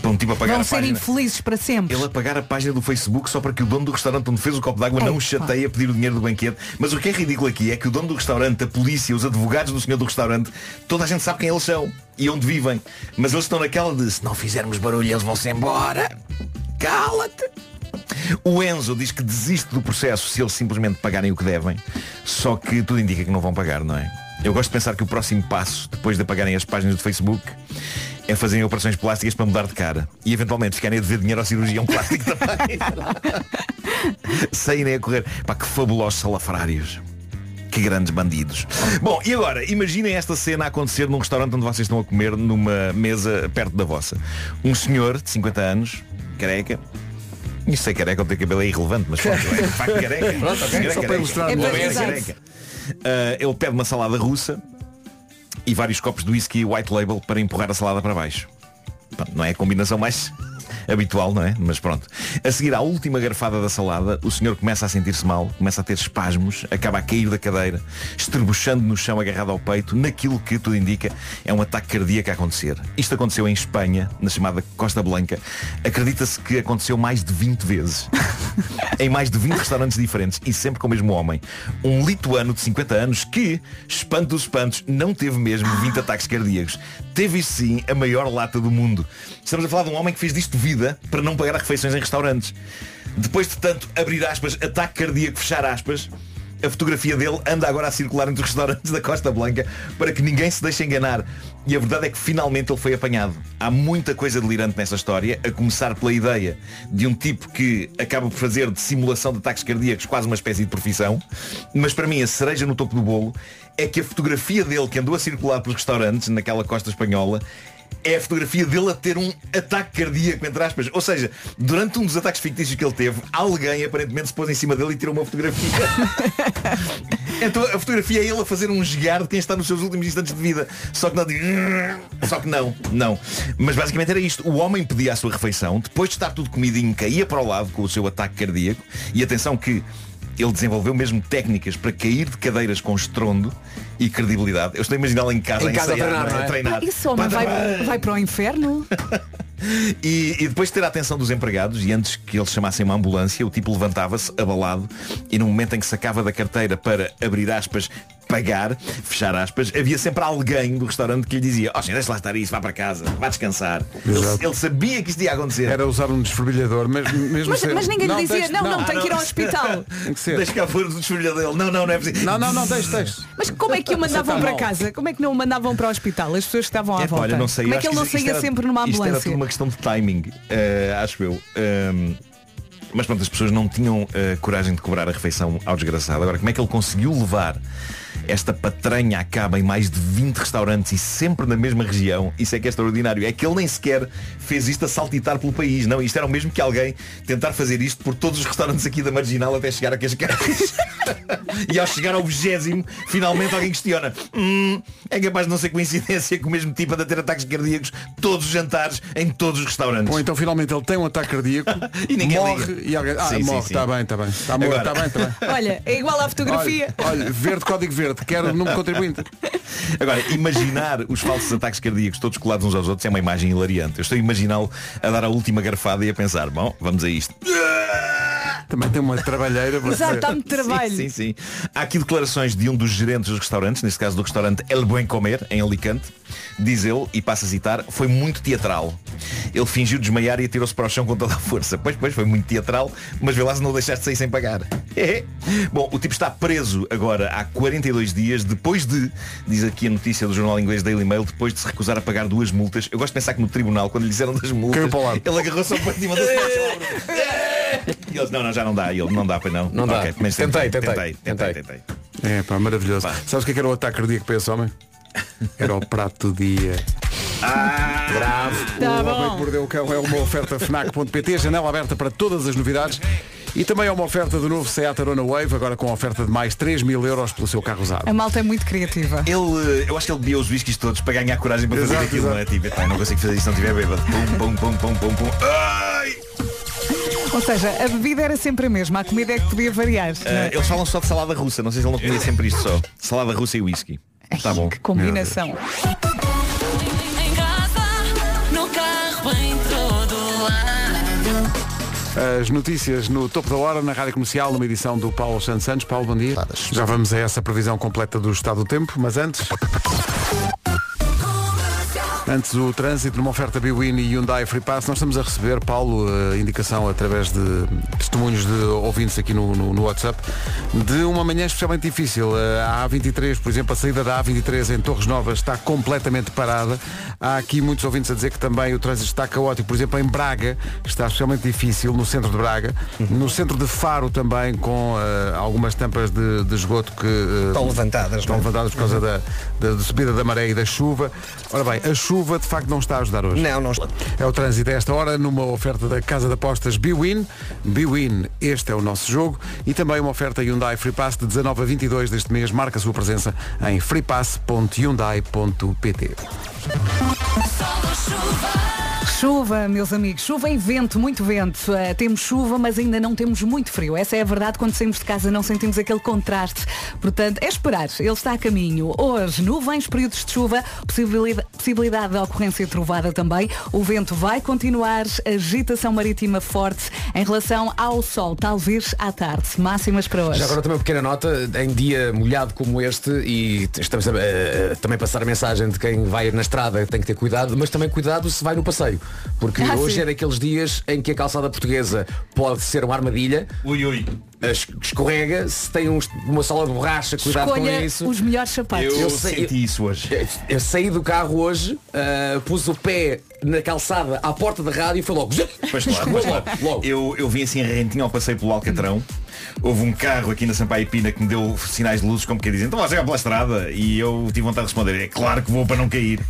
[SPEAKER 10] Para um tipo a pagar
[SPEAKER 3] Vão
[SPEAKER 10] a
[SPEAKER 3] ser
[SPEAKER 10] página.
[SPEAKER 3] infelizes para sempre.
[SPEAKER 10] Ele a pagar a página do Facebook só para que o dono do restaurante onde fez o copo d'água não o
[SPEAKER 3] Ei,
[SPEAKER 10] chateie a pedir o dinheiro do banquete. Mas o que é ridículo aqui é que o dono do restaurante, a polícia, os advogados do senhor do restaurante, toda a gente sabe quem eles são e onde vivem. Mas eles estão naquela de se não fizermos barulho eles vão-se embora. Cala-te. O Enzo diz que desiste do processo se eles simplesmente pagarem o que devem, só que tudo indica que não vão pagar, não é? Eu gosto de pensar que o próximo passo, depois de apagarem as páginas do Facebook, é fazerem operações plásticas para mudar de cara e eventualmente ficarem a dever dinheiro ao cirurgião um plástico também. Saírem a correr. Pá, que fabulosos salafrários. Que grandes bandidos. Bom, e agora, imaginem esta cena a acontecer num restaurante onde vocês estão a comer numa mesa perto da vossa. Um senhor de 50 anos, careca, Isto é careca ou ter cabelo é irrelevante, mas pronto, é de facto careca.
[SPEAKER 1] Pronto, ok.
[SPEAKER 10] Era
[SPEAKER 1] Só para
[SPEAKER 10] careca.
[SPEAKER 1] ilustrar,
[SPEAKER 10] Era
[SPEAKER 1] não é?
[SPEAKER 10] careca.
[SPEAKER 1] Exato.
[SPEAKER 10] Ah, ele pede uma salada russa e vários copos de whisky white label para empurrar a salada para baixo. Pronto, não é a combinação mais habitual, não é? Mas pronto. A seguir à última garfada da salada, o senhor começa a sentir-se mal, começa a ter espasmos, acaba a cair da cadeira, estrebuchando no chão agarrado ao peito, naquilo que tudo indica é um ataque cardíaco a acontecer. Isto aconteceu em Espanha, na chamada Costa Blanca. Acredita-se que aconteceu mais de 20 vezes. em mais de 20 restaurantes diferentes e sempre com o mesmo homem. Um lituano de 50 anos que, espanto dos espantos, não teve mesmo 20 ataques cardíacos. Teve isto sim a maior lata do mundo. Estamos a falar de um homem que fez disto vida para não pagar refeições em restaurantes. Depois de tanto abrir aspas, ataque cardíaco, fechar aspas, a fotografia dele anda agora a circular entre os restaurantes da Costa Blanca para que ninguém se deixe enganar. E a verdade é que finalmente ele foi apanhado. Há muita coisa delirante nesta história, a começar pela ideia de um tipo que acaba por fazer de simulação de ataques cardíacos quase uma espécie de profissão. Mas para mim a cereja no topo do bolo é que a fotografia dele que andou a circular pelos restaurantes naquela costa espanhola é a fotografia dele a ter um ataque cardíaco, entre aspas. Ou seja, durante um dos ataques fictícios que ele teve, alguém aparentemente se pôs em cima dele e tirou uma fotografia. então a fotografia é ele a fazer um gegar de quem está nos seus últimos instantes de vida. Só que não diz. Só que não, não. Mas basicamente era isto. O homem pedia a sua refeição, depois de estar tudo comidinho, caía para o lado com o seu ataque cardíaco. E atenção que ele desenvolveu mesmo técnicas para cair de cadeiras com estrondo e credibilidade. Eu estou a imaginá-lo em casa,
[SPEAKER 3] Em casa a
[SPEAKER 10] ensaiar, não
[SPEAKER 3] treinar,
[SPEAKER 10] é?
[SPEAKER 3] não é?
[SPEAKER 10] A treinar.
[SPEAKER 3] Ah, Isso homem
[SPEAKER 10] Pá,
[SPEAKER 3] vai,
[SPEAKER 10] tá-
[SPEAKER 3] vai para o inferno?
[SPEAKER 10] e, e depois de ter a atenção dos empregados e antes que eles chamassem uma ambulância, o tipo levantava-se abalado e no momento em que sacava da carteira para abrir aspas pagar, fechar aspas, havia sempre alguém do restaurante que lhe dizia, ó senhor, deixa lá estar isso, vá para casa, vá descansar. Ele,
[SPEAKER 1] Exato.
[SPEAKER 10] ele sabia que isto ia acontecer.
[SPEAKER 1] Era usar um desfibrilhador, mas mesmo
[SPEAKER 10] Mas-
[SPEAKER 1] sendo-
[SPEAKER 10] mas ninguém lhe dizia,
[SPEAKER 1] deixe-
[SPEAKER 10] "Não, não, tem que ir ao
[SPEAKER 3] hospital."
[SPEAKER 1] Tem que ser.
[SPEAKER 10] Deixa cá fora do desfibrilhador dele. Não, não, não é preciso.
[SPEAKER 1] Não, não, não, deixe, deixe.
[SPEAKER 3] Mas como é que o mandavam para casa? Como é que não o mandavam para o hospital? As pessoas que estavam à
[SPEAKER 10] Epá,
[SPEAKER 3] volta.
[SPEAKER 10] olha, não sei,
[SPEAKER 3] como é
[SPEAKER 10] acho
[SPEAKER 3] que ele não
[SPEAKER 10] isto- isto
[SPEAKER 3] saía
[SPEAKER 10] era-
[SPEAKER 3] sempre numa
[SPEAKER 10] Isto era
[SPEAKER 3] ambulância?
[SPEAKER 10] tudo uma questão de timing, eh, acho eu. Ehm, mas pronto, as pessoas não tinham eh, coragem de cobrar a refeição ao desgraçado. Agora, como é que ele conseguiu levar esta patranha a cabo em mais de 20 restaurantes e sempre na mesma região? Isso é que é extraordinário. É que ele nem sequer fez isto a saltitar pelo país. Não, isto era o mesmo que alguém tentar fazer isto por todos os restaurantes aqui da Marginal até chegar a Cascais. E ao chegar ao vigésimo, finalmente alguém questiona "Hum, É capaz de não ser coincidência que o mesmo tipo anda a ter ataques cardíacos Todos os jantares, em todos os restaurantes
[SPEAKER 1] Ou então finalmente ele tem um ataque cardíaco
[SPEAKER 10] E ninguém
[SPEAKER 1] morre
[SPEAKER 10] liga.
[SPEAKER 1] e alguém. Ah,
[SPEAKER 10] Sim, sim,
[SPEAKER 1] morre,
[SPEAKER 10] sim.
[SPEAKER 1] está bem, está bem. Está morto,
[SPEAKER 10] Agora-
[SPEAKER 1] está bem, está bem.
[SPEAKER 3] Olha, é igual à fotografia.
[SPEAKER 1] Olha, olha, verde, código verde, quero o número de contribuinte.
[SPEAKER 10] Agora, imaginar os falsos ataques cardíacos todos colados uns aos outros é uma imagem hilariante. Eu estou a imaginá-lo a dar a última garfada e a pensar, bom, vamos a isto.
[SPEAKER 1] Também tem uma trabalheira. você.
[SPEAKER 10] Exato, dá-me trabalho. Sim, sim, sim. Há aqui declarações de um dos gerentes dos restaurantes, neste caso do restaurante El Buen Comer, em Alicante. Diz ele, e passa a citar, foi muito teatral. Ele fingiu desmaiar e atirou-se para o chão com toda a força. Pois, pois, foi muito teatral, mas vê lá se não o deixaste sair sem pagar. É. Bom, o tipo está preso agora há 42 dias, depois de, diz aqui a notícia do jornal inglês Daily Mail, depois de se recusar a pagar duas multas. Eu gosto de pensar que no tribunal, quando lhe disseram das multas, ele agarrou-se ao pé de uma das e eles, não, não, já não dá. E ele, não dá, pois não.
[SPEAKER 1] Não dá.
[SPEAKER 10] Ok, mas
[SPEAKER 1] Tentei,
[SPEAKER 10] tentei,
[SPEAKER 1] tentei,
[SPEAKER 10] tentei, tentei.
[SPEAKER 1] É pá, maravilhoso. Sabes o que é que era o ataque cardíaco para esse homem? Era o prato do dia.
[SPEAKER 10] Ah, bravo.
[SPEAKER 1] o homem que mordeu o cão é uma oferta FNAC.pt, janela aberta para todas as novidades. E também é uma oferta do novo Seat Arona Wave, agora com oferta de mais 3 mil euros pelo seu carro usado.
[SPEAKER 3] A malta é muito criativa.
[SPEAKER 10] Ele, eh, eu acho que ele bebia os whiskies todos para ganhar coragem para fazer
[SPEAKER 1] Exato,
[SPEAKER 10] aquilo, não é? Tipo, "Epá, eu não consigo fazer isso se não tiver bêbado. Pum, pum, pum, pum, pum, pum.
[SPEAKER 3] Ou seja, a bebida era sempre a mesma, a comida é que podia variar. não
[SPEAKER 10] Eh,
[SPEAKER 3] é?
[SPEAKER 10] eles falam só de salada russa, não sei se ele não comia sempre isto só. Salada russa e whisky. Tá bom. Que
[SPEAKER 3] É Combinação.
[SPEAKER 7] Em casa, no carro, em todo lado.
[SPEAKER 1] As notícias no topo da hora, na Rádio Comercial, numa edição do Paulo Santos Santos. Paulo, bom dia. Já vamos a essa previsão completa do estado do tempo, mas antes... Antes do trânsito, numa oferta Biwin e Hyundai Free Pass, nós estamos a receber, Paulo, a indicação através de testemunhos de ouvintes aqui no, no- no WhatsApp, de uma manhã especialmente difícil. Eh, A A23, por exemplo, a saída da A23 em Torres Novas está completamente parada. Há aqui muitos ouvintes a dizer que também o trânsito está caótico. Por exemplo, em Braga está especialmente difícil, no centro de Braga. No centro de Faro também, com eh, algumas tampas de, de esgoto que... eh,
[SPEAKER 4] Estão levantadas,
[SPEAKER 1] Estão levantadas por causa da, da- da subida da maré e da chuva. Ora bem, a chuva chuva de facto não está a ajudar hoje.
[SPEAKER 4] Não, não
[SPEAKER 1] É o trânsito a esta hora, numa oferta da Casa de Apostas Biwin. Biwin, este é o nosso jogo. E também uma oferta Hyundai Free Pass de 19 a 22 deste mês. Marca a sua presença em freepass.hyundai.pt
[SPEAKER 3] Chuva, meus amigos, chuva e vento, muito vento. Eh, temos chuva, mas ainda não temos muito frio. Essa é a verdade, quando saímos de casa não sentimos aquele contraste. Portanto, é esperar, ele está a caminho. Hoje, nuvens, períodos de chuva, possibilidade, possibilidade de ocorrência trovada também. O vento vai continuar, agitação marítima forte em relação ao sol, talvez à tarde. Máximas para hoje.
[SPEAKER 5] Já agora também uma pequena nota, em dia molhado como este, e t- estamos a, a- a também passar a mensagem de quem vai na estrada tem que ter cuidado, mas também cuidado se vai no passeio. Porque
[SPEAKER 12] Ah,
[SPEAKER 5] hoje
[SPEAKER 12] sim.
[SPEAKER 5] é daqueles dias em que a calçada portuguesa pode ser uma armadilha. Ui, ui. Escorrega, se tem uns- uma sala de borracha, cuidado
[SPEAKER 3] Escolha
[SPEAKER 5] com isso.
[SPEAKER 3] os melhores sapatos.
[SPEAKER 10] isso hoje.
[SPEAKER 5] Eu saí do carro hoje, ah, pus o pé na calçada à porta da rádio e foi logo.
[SPEAKER 10] Pois claro, pois claro. Eu, eu vim assim rentinho ao passeio pelo Alcatrão. Houve um carro aqui na Sampaio Pina que me deu sinais de luzes, como que dizem, então vais chegar pela estrada. E eu tive vontade de responder, é claro que vou para não cair.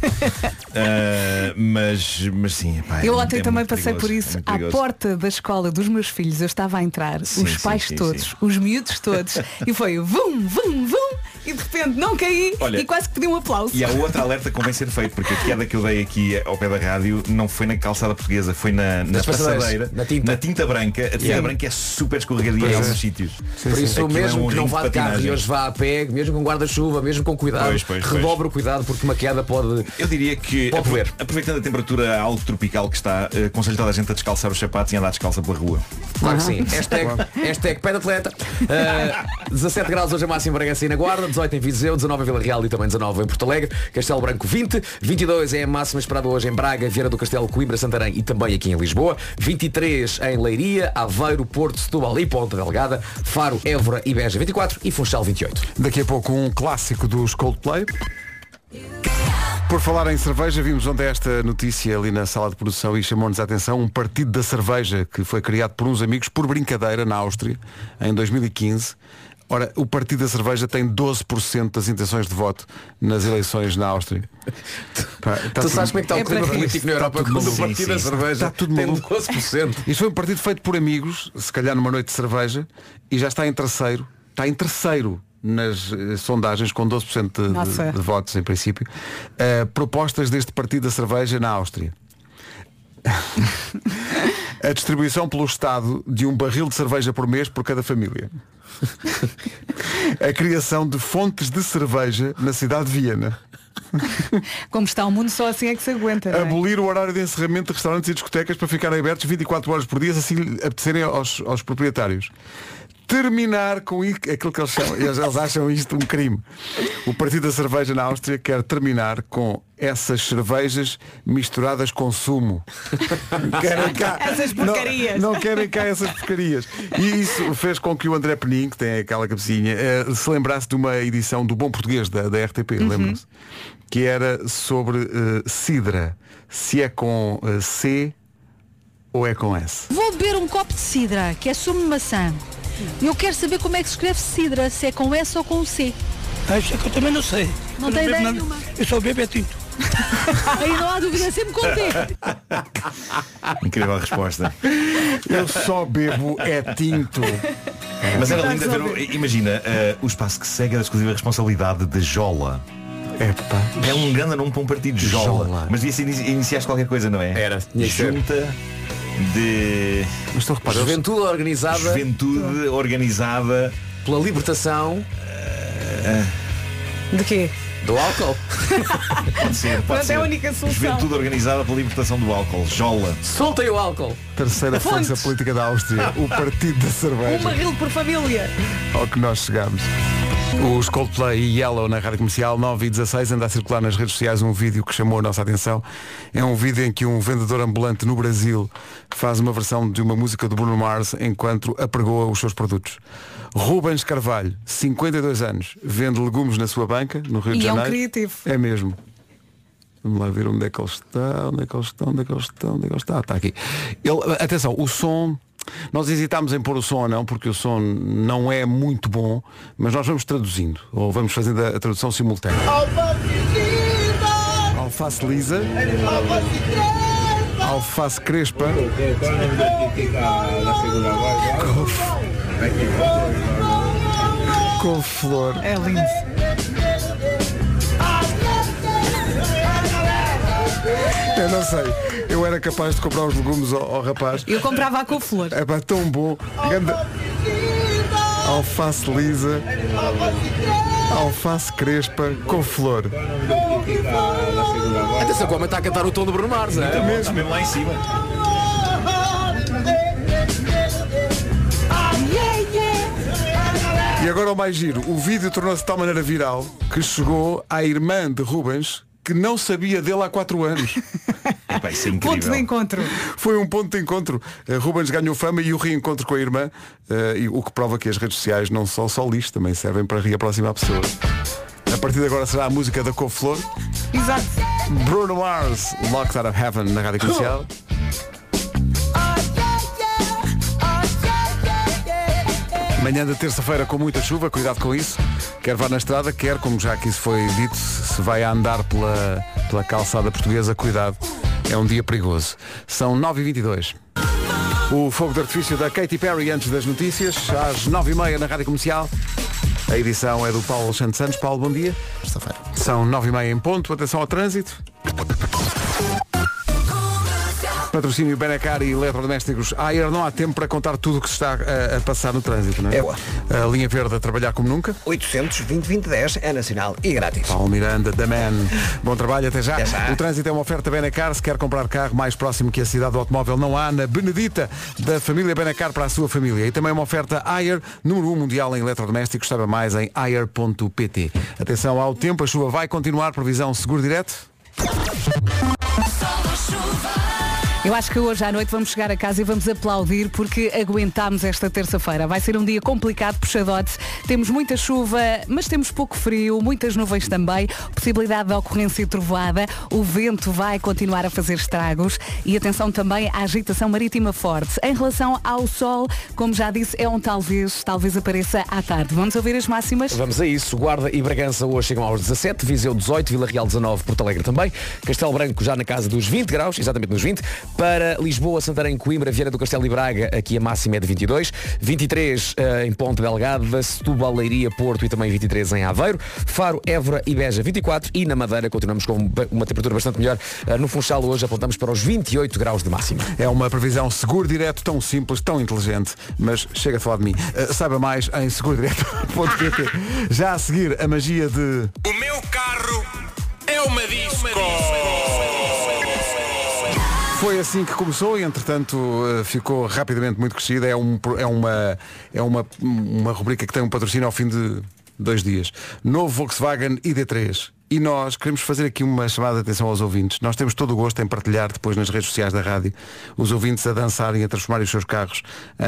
[SPEAKER 10] Ah, mas, mas sim, pá,
[SPEAKER 3] Eu
[SPEAKER 10] é
[SPEAKER 3] ontem
[SPEAKER 10] muito
[SPEAKER 3] também passei
[SPEAKER 10] perigoso,
[SPEAKER 3] por
[SPEAKER 10] é
[SPEAKER 3] isso.
[SPEAKER 10] muito
[SPEAKER 3] à
[SPEAKER 10] perigoso.
[SPEAKER 3] porta da escola dos meus filhos, eu estava a entrar,
[SPEAKER 10] Sim,
[SPEAKER 3] os
[SPEAKER 10] sim,
[SPEAKER 3] pais
[SPEAKER 10] sim,
[SPEAKER 3] todos,
[SPEAKER 10] sim.
[SPEAKER 3] os miúdos todos, e foi vum, vum, vum, e de repente não caí
[SPEAKER 10] Olha,
[SPEAKER 3] e quase que pedi um aplauso.
[SPEAKER 10] E há outra alerta que convém ser feito, porque a piada que eu dei aqui ao pé da rádio não foi na calçada portuguesa, foi na, na
[SPEAKER 5] Nas passadeiras,
[SPEAKER 10] passadeira,
[SPEAKER 5] na tinta.
[SPEAKER 10] branca. A tinta
[SPEAKER 5] Yeah.
[SPEAKER 10] branca é super escorregadia em
[SPEAKER 5] Pois é.
[SPEAKER 10] alguns sítios.
[SPEAKER 5] Por isso,
[SPEAKER 10] Aquilo é
[SPEAKER 5] mesmo
[SPEAKER 10] um
[SPEAKER 5] que não
[SPEAKER 10] ringue
[SPEAKER 5] vá de carro e
[SPEAKER 10] patinagem.
[SPEAKER 5] hoje vá a pé, mesmo com guarda-chuva, mesmo com cuidado,
[SPEAKER 10] Pois, pois, pois.
[SPEAKER 5] redobre o cuidado porque uma queda pode.
[SPEAKER 10] Eu diria que
[SPEAKER 5] Pode
[SPEAKER 10] apro-
[SPEAKER 5] doer.
[SPEAKER 10] aproveitando a temperatura alto tropical que está, eh, aconselho toda a gente a descalçar os sapatos e andar descalça pela rua.
[SPEAKER 5] Claro que sim. Hashtag, hashtag pé de atleta. Uh, 17 graus hoje a máxima em Bragança e na Guarda, 18 em Viseu, 19 em Vila Real e também 19 em Porto Alegre, Castelo Branco 20, 22 é a máxima esperada hoje em Braga, Vieira do Castelo, Coimbra, Santarém e também aqui em Lisboa, 23 em Leiria, Aveiro, Porto, Setúbal e Ponta Delgada, Faro, Évora e Beja 24 e Funchal 28.
[SPEAKER 1] Daqui a pouco um clássico dos Coldplay. Por falar em cerveja, vimos ontem esta notícia ali na sala de produção e chamou-nos a atenção um partido da cerveja que foi criado por uns amigos por brincadeira na Áustria em 2015. Ora, o Partido da Cerveja tem 12% das intenções de voto nas eleições na Áustria. Pá, tá
[SPEAKER 5] tu sabes
[SPEAKER 1] tudo-
[SPEAKER 5] como é que está o clima político na
[SPEAKER 1] Está
[SPEAKER 5] Europa
[SPEAKER 1] Tá tudo
[SPEAKER 5] quando o
[SPEAKER 1] maluco.
[SPEAKER 5] partido da
[SPEAKER 1] Sim, sim.
[SPEAKER 5] cerveja
[SPEAKER 1] Está tudo
[SPEAKER 5] tem
[SPEAKER 1] maluco.
[SPEAKER 5] 12%.
[SPEAKER 1] Isto foi um partido feito por amigos, se calhar numa noite de cerveja, e já está em terceiro. Está em terceiro nas eh, sondagens, com 12% de-
[SPEAKER 3] Nossa.
[SPEAKER 1] de, de votos em princípio. Eh, propostas deste partido da cerveja na Áustria. A distribuição pelo Estado de um barril de cerveja por mês por cada família. A criação de fontes de cerveja na cidade de Viena.
[SPEAKER 3] Como está o mundo, só assim é que se aguenta. não é?
[SPEAKER 1] Abolir o horário de encerramento de restaurantes e discotecas para ficarem abertos 24 horas por dia, se assim lhe apetecerem aos, aos proprietários. Terminar com i- aquilo que eles chamam, eles, eles acham isto um crime. O Partido da Cerveja na Áustria quer terminar com essas cervejas misturadas com sumo. Querem cá-
[SPEAKER 3] Essas
[SPEAKER 1] não-
[SPEAKER 3] porcarias.
[SPEAKER 1] Não, querem cá essas porcarias. E isso fez com que o André Penin, que tem aquela cabecinha, eh, se lembrasse de uma edição do Bom Português da, da RTP,
[SPEAKER 13] Uhum.
[SPEAKER 1] lembram-se? que era sobre eh, Sidra. Se é com eh, C ou é com S.
[SPEAKER 14] Vou beber um copo de sidra, que é sumo de maçã. E eu quero saber como é que se escreve sidra, se é com S ou com C.
[SPEAKER 15] Acho Ah, é que eu também não sei.
[SPEAKER 14] Não
[SPEAKER 15] Eu
[SPEAKER 14] tem
[SPEAKER 15] bebo
[SPEAKER 14] ideia
[SPEAKER 15] nada.
[SPEAKER 14] nenhuma.
[SPEAKER 15] Eu só bebo é tinto.
[SPEAKER 14] Aí não há dúvida, sempre com T.
[SPEAKER 10] Incrível resposta.
[SPEAKER 1] Eu só bebo é tinto.
[SPEAKER 10] Mas era lindo ver, o- imagina, eh, o espaço que segue é da exclusiva responsabilidade de Jola. É um grande nome para um partido Jola.
[SPEAKER 1] Jola.
[SPEAKER 10] Mas devia ser inici- iniciais de qualquer coisa, não é? Era.
[SPEAKER 5] que ser.
[SPEAKER 10] Junta de.
[SPEAKER 3] Ah,
[SPEAKER 1] Mas estou a reparar.
[SPEAKER 5] Juventude organizada.
[SPEAKER 10] Juventude organizada.
[SPEAKER 5] Pela libertação.
[SPEAKER 3] De quê?
[SPEAKER 5] Do álcool.
[SPEAKER 10] pode ser, pode
[SPEAKER 3] Pronto,
[SPEAKER 10] ser.
[SPEAKER 3] é a única solução.
[SPEAKER 10] Juventude organizada pela libertação do álcool. Jola.
[SPEAKER 5] Soltem o álcool.
[SPEAKER 1] Terceira
[SPEAKER 10] Fontes.
[SPEAKER 1] força política da Áustria, o Partido da
[SPEAKER 3] Um
[SPEAKER 1] Cerveja.
[SPEAKER 3] barril por família.
[SPEAKER 1] Ao que nós chegamos. Os Coldplay e Yellow na rádio comercial 9 e 16 anda a circular nas redes sociais um vídeo que chamou a nossa atenção. É um vídeo em que um vendedor ambulante no Brasil faz uma versão de uma música do Bruno Mars enquanto apregoa os seus produtos. Rubens Carvalho, 52 anos, vende legumes na sua banca, no Rio de
[SPEAKER 3] E é um
[SPEAKER 1] Janeiro.
[SPEAKER 3] criativo.
[SPEAKER 1] É mesmo. Vamos lá ver onde é que ele está, onde é que ele está, onde é que ele está, onde é que ele está. Ah, Está aqui. Ele- atenção, o som. Nós hesitámos em pôr o som ou não, porque o som não é muito bom, mas nós vamos traduzindo, ou vamos fazendo a, a tradução simultânea.
[SPEAKER 7] Alma vida,
[SPEAKER 1] Ao alface lisa, alface crespa, couve-flor.
[SPEAKER 3] É lindo.
[SPEAKER 1] Eu não sei, eu era capaz de comprar os legumes ao, ao rapaz.
[SPEAKER 3] Eu comprava a couve-flor.
[SPEAKER 1] É pá, tão bom. Ganda- Alface lisa, alface crespa, couve-flor.
[SPEAKER 5] Atenção que o homem está a cantar o tom do Bruno Mars, é?
[SPEAKER 1] Muito mesmo.
[SPEAKER 10] lá em cima.
[SPEAKER 1] E agora o mais giro, o vídeo tornou-se de tal maneira viral que chegou à irmã de Rubens que não sabia dele há 4 anos.
[SPEAKER 10] Epá, isso é
[SPEAKER 3] Ponto de encontro.
[SPEAKER 1] Foi um ponto de encontro. Eh, Rubens ganhou fama e o reencontro com a irmã, eh, e o que prova que as redes sociais não são só lixo, também servem para reaproximar a pessoa. A partir de agora será a música da Couve-Flor.
[SPEAKER 3] Exato.
[SPEAKER 1] Bruno Mars, Locked Out of Heaven na Rádio Comercial. Manhã da terça-feira com muita chuva, cuidado com isso. Quer vá na estrada, quer, como já aqui se foi dito, se vai a andar pela, pela calçada portuguesa, cuidado. É um dia perigoso. São 9h22. O fogo de artifício da Katy Perry antes das notícias, às 9h30 na Rádio Comercial. A edição é do Paulo Alexandre Santos. Paulo, bom dia. Terça-feira. São 9h30 em ponto. Atenção ao trânsito. Patrocínio Benacar e Eletrodomésticos Ayer. Não há tempo para contar tudo o que se está eh, a, a passar no trânsito, não é? A linha verde a trabalhar como nunca.
[SPEAKER 4] 820-2010 é nacional e grátis.
[SPEAKER 1] Paulo Miranda, The Man. Bom trabalho, até já. O trânsito é uma oferta Benacar. Se quer comprar carro mais próximo que a cidade do automóvel, não há na Benedita, da família Benacar para a sua família. E também uma oferta Ayer, número 1 mundial em eletrodomésticos. Saiba mais em ayer.pt. Atenção ao tempo, a chuva vai continuar. Previsão seguro direto.
[SPEAKER 3] Eu acho que hoje à noite vamos chegar a casa e vamos aplaudir porque aguentámos esta terça-feira. Vai ser um dia complicado, puxadote. Temos muita chuva, mas temos pouco frio, muitas nuvens também, possibilidade de ocorrência de trovoada, o vento vai continuar a fazer estragos e atenção também à agitação marítima forte. Em relação ao sol, como já disse, é um talvez, talvez apareça à tarde. Vamos ouvir as máximas?
[SPEAKER 5] Vamos a isso. Guarda e Bragança hoje chegam aos 17, Viseu 18, Vila Real 19, Porto Alegre também, Castelo Branco já na casa dos 20 graus, exatamente nos 20, para Lisboa, Santarém, Coimbra, Vieira do Castelo e Braga, aqui a máxima é de 22, 23 eh, em Ponte Delgada, Setúbal, Leiria, Porto e também 23 em Aveiro, Faro, Évora e Beja 24 e na Madeira continuamos com ba- uma temperatura bastante melhor. Eh, No Funchal hoje apontamos para os 28 graus de máxima.
[SPEAKER 1] É uma previsão seguro direto, tão simples, tão inteligente, mas chega a falar de mim. Eh, saiba mais em segurodireto.pt. Já a seguir, a magia de
[SPEAKER 11] O meu carro é uma disco.
[SPEAKER 1] Foi assim que começou e entretanto eh, ficou rapidamente muito crescida. É, um pro- é uma, é uma, uma rubrica que tem um patrocínio ao fim de dois dias. Novo Volkswagen ID3. E nós queremos fazer aqui uma chamada de atenção aos ouvintes. Nós temos todo o gosto em partilhar depois nas redes sociais da rádio os ouvintes a dançarem e a transformarem os seus carros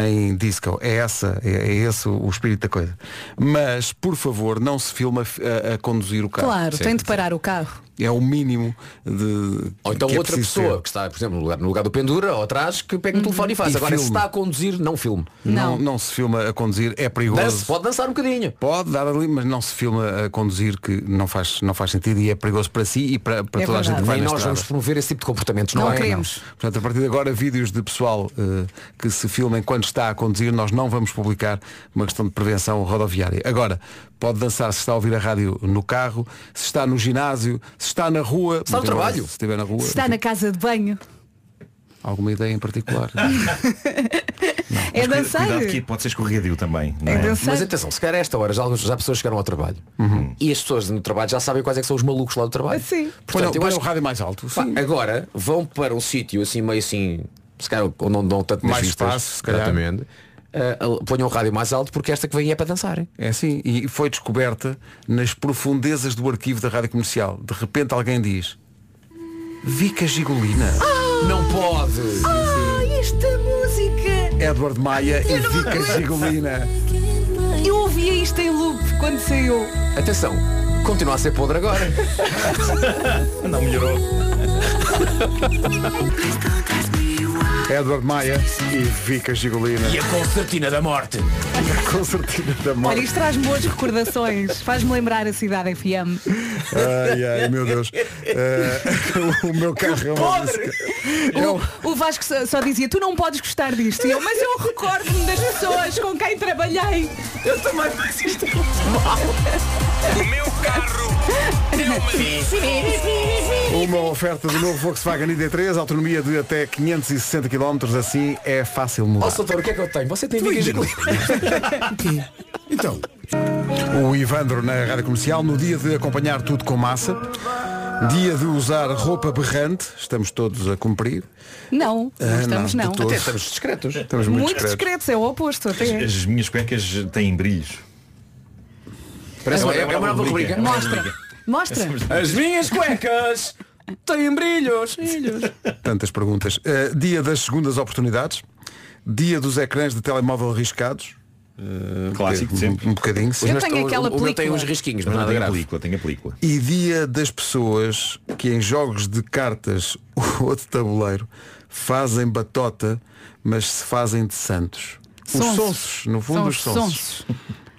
[SPEAKER 1] em disco. É essa, é, é esse o, o espírito da coisa. Mas, por favor, não se filma f- a, a conduzir o carro.
[SPEAKER 3] Claro,
[SPEAKER 1] Sim.
[SPEAKER 3] tem de parar o carro.
[SPEAKER 1] É o mínimo de.
[SPEAKER 5] Ou então
[SPEAKER 1] que é
[SPEAKER 5] outra
[SPEAKER 1] preciso
[SPEAKER 5] pessoa
[SPEAKER 1] ter.
[SPEAKER 5] que está, por exemplo, no lugar, no lugar do pendura ou atrás, que pega o telefone e faz.
[SPEAKER 1] E
[SPEAKER 5] Agora, se
[SPEAKER 1] filme.
[SPEAKER 5] está a conduzir, não filme.
[SPEAKER 1] Não. não, se filma a conduzir, é perigoso.
[SPEAKER 5] Dance, pode dançar um bocadinho.
[SPEAKER 1] Pode dar ali, mas não se filma a conduzir, que não faz, não faz sentido e é perigoso para si e para, para
[SPEAKER 5] É
[SPEAKER 1] toda a gente que vai na
[SPEAKER 5] verdade. E nós
[SPEAKER 1] estrada.
[SPEAKER 5] vamos promover esse tipo de comportamentos, não, é?
[SPEAKER 1] Portanto, a partir de agora, vídeos de pessoal eh, que se filma enquanto está a conduzir, nós não vamos publicar uma questão de prevenção rodoviária. Agora, pode dançar se está a ouvir a rádio no carro, se está no ginásio, se está na rua.
[SPEAKER 3] Se está no
[SPEAKER 1] Mas agora,
[SPEAKER 3] trabalho.
[SPEAKER 1] Se estiver na rua.
[SPEAKER 3] Se está na casa de banho,
[SPEAKER 1] Alguma ideia em particular?
[SPEAKER 3] é
[SPEAKER 10] Cuida-
[SPEAKER 3] dançar.
[SPEAKER 10] Cuidado que pode ser escorregadio também. não
[SPEAKER 5] É
[SPEAKER 10] é?
[SPEAKER 5] dançar. Mas atenção, se calhar a esta hora já, alguns- já pessoas chegaram ao trabalho
[SPEAKER 1] Uhum.
[SPEAKER 5] e as pessoas no trabalho já sabem quais é que são os malucos lá do trabalho. Sim.
[SPEAKER 1] Põe- põe o rádio mais alto.
[SPEAKER 5] agora vão para um sítio assim meio assim, se calhar onde não dão tanto nas
[SPEAKER 1] Mais
[SPEAKER 5] vistas,
[SPEAKER 1] espaço, se calhar.
[SPEAKER 5] Exatamente. Ah, ponham o rádio mais alto porque esta que vem é para dançarem.
[SPEAKER 1] É assim, e foi descoberta nas profundezas do arquivo da rádio comercial. De repente alguém diz Vica Gigolina.
[SPEAKER 5] Não pode!
[SPEAKER 3] Ah, esta música!
[SPEAKER 1] Edward Maia e
[SPEAKER 3] Eu não
[SPEAKER 1] Vica
[SPEAKER 3] aguento.
[SPEAKER 1] Gigolina.
[SPEAKER 3] Eu ouvia isto em loop quando saiu.
[SPEAKER 5] Atenção, continua a ser podre agora.
[SPEAKER 10] Não melhorou.
[SPEAKER 1] Edward Maia e Vika Gigolina.
[SPEAKER 5] E a concertina da morte.
[SPEAKER 1] E a concertina da
[SPEAKER 3] Olha,
[SPEAKER 1] morte.
[SPEAKER 3] isto traz-me boas recordações. Faz-me lembrar a cidade FM.
[SPEAKER 1] Ai, ai, meu Deus. Eh, o meu carro é uma música.
[SPEAKER 3] O, o Vasco só, só dizia, tu não podes gostar disto. E eu, mas eu recordo-me das pessoas com quem trabalhei.
[SPEAKER 5] Eu também faço isto
[SPEAKER 7] mal. O meu carro é uma disco.
[SPEAKER 1] Uma oferta do novo Volkswagen ID3, autonomia de até 560 km, assim é fácil mudar.
[SPEAKER 5] Ó, Soutor, o que é que eu tenho? Você tem dicas de
[SPEAKER 1] Então. O Ivandro na Rádio Comercial, no dia de acompanhar tudo com massa, dia de usar roupa berrante, estamos todos a cumprir.
[SPEAKER 3] Não,
[SPEAKER 1] Ah,
[SPEAKER 3] não estamos não.
[SPEAKER 1] de todo. Estamos muito,
[SPEAKER 3] muito discretos, é o oposto até.
[SPEAKER 10] As minhas cuecas têm brilhos.
[SPEAKER 3] Parece uma-
[SPEAKER 5] é uma nova rubrica.
[SPEAKER 10] Mostra.
[SPEAKER 3] Mostra.
[SPEAKER 5] As minhas cuecas têm brilhos.
[SPEAKER 1] Tantas perguntas. Uh, dia das segundas oportunidades, dia dos ecrãs de telemóvel riscados.
[SPEAKER 10] Clássico,
[SPEAKER 1] um,
[SPEAKER 10] sempre.
[SPEAKER 1] um bocadinho.
[SPEAKER 5] Os meus- o- o meu tem uns risquinhos, mas nada
[SPEAKER 10] tenho a
[SPEAKER 5] grave.
[SPEAKER 10] película, tenho a película.
[SPEAKER 1] E dia das pessoas que em jogos de cartas ou de tabuleiro fazem batota, mas se fazem de santos. Os
[SPEAKER 5] Sonsos.
[SPEAKER 1] sonsos, no fundo, os
[SPEAKER 5] São os
[SPEAKER 1] sonsos.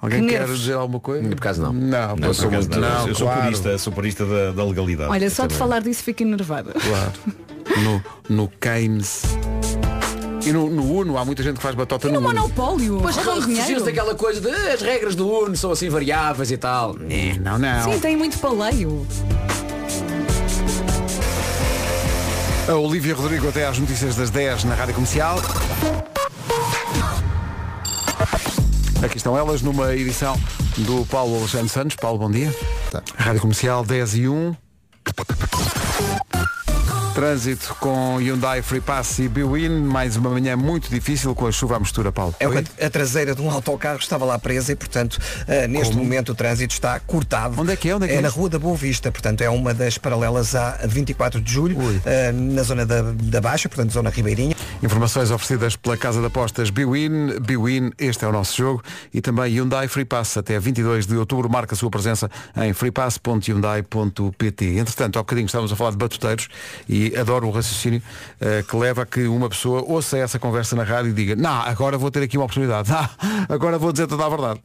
[SPEAKER 1] Alguém
[SPEAKER 3] Que
[SPEAKER 1] quer
[SPEAKER 3] nervos.
[SPEAKER 1] dizer alguma coisa? Por
[SPEAKER 5] acaso não.
[SPEAKER 1] Não, eu sou
[SPEAKER 10] por acaso
[SPEAKER 1] muito.
[SPEAKER 10] não.
[SPEAKER 1] Não,
[SPEAKER 10] eu sou
[SPEAKER 1] claro.
[SPEAKER 10] purista, sou purista da, da legalidade.
[SPEAKER 3] Olha, só de
[SPEAKER 10] Também.
[SPEAKER 3] falar disso fico enervada.
[SPEAKER 1] Claro. No, no Keynes. E no, no Uno, há muita gente que faz batota no, Uno.
[SPEAKER 3] Monopólio.
[SPEAKER 5] Pois
[SPEAKER 3] roubam
[SPEAKER 5] todos
[SPEAKER 3] dinheiro.
[SPEAKER 5] precisam daquela coisa de "Ah, as regras do UNO são assim variáveis e tal.
[SPEAKER 1] É, Não, não.
[SPEAKER 3] Sim, tem muito paleio.
[SPEAKER 1] A Olivia Rodrigo até às notícias das 10 na Rádio Comercial. Aqui estão elas numa edição do Paulo Alexandre Santos. Paulo, bom dia. Rádio Comercial 10 e 1. Trânsito com Hyundai Free Pass e Biwin, mais uma manhã muito difícil com a chuva à mistura, Paulo.
[SPEAKER 4] É uma- a traseira de um autocarro estava lá presa e, portanto, eh, neste momento o trânsito está cortado. Onde é que é? Onde é,
[SPEAKER 1] que é
[SPEAKER 4] na
[SPEAKER 1] isto?
[SPEAKER 4] Rua da Boa Vista, portanto, é uma das paralelas à 24 de Julho, eh, na zona da, da Baixa, portanto, zona Ribeirinha.
[SPEAKER 1] Informações oferecidas pela Casa de Apostas Biwin. Biwin, este é o nosso jogo. E também Hyundai Free Pass. Até 22 de outubro marca a sua presença em freepass.hyundai.pt. Entretanto, há bocadinho estávamos a falar de batuteiros e adoro o raciocínio eh, que leva a que uma pessoa ouça essa conversa na rádio e diga não, agora vou ter aqui uma oportunidade. Ah, agora vou dizer toda a verdade.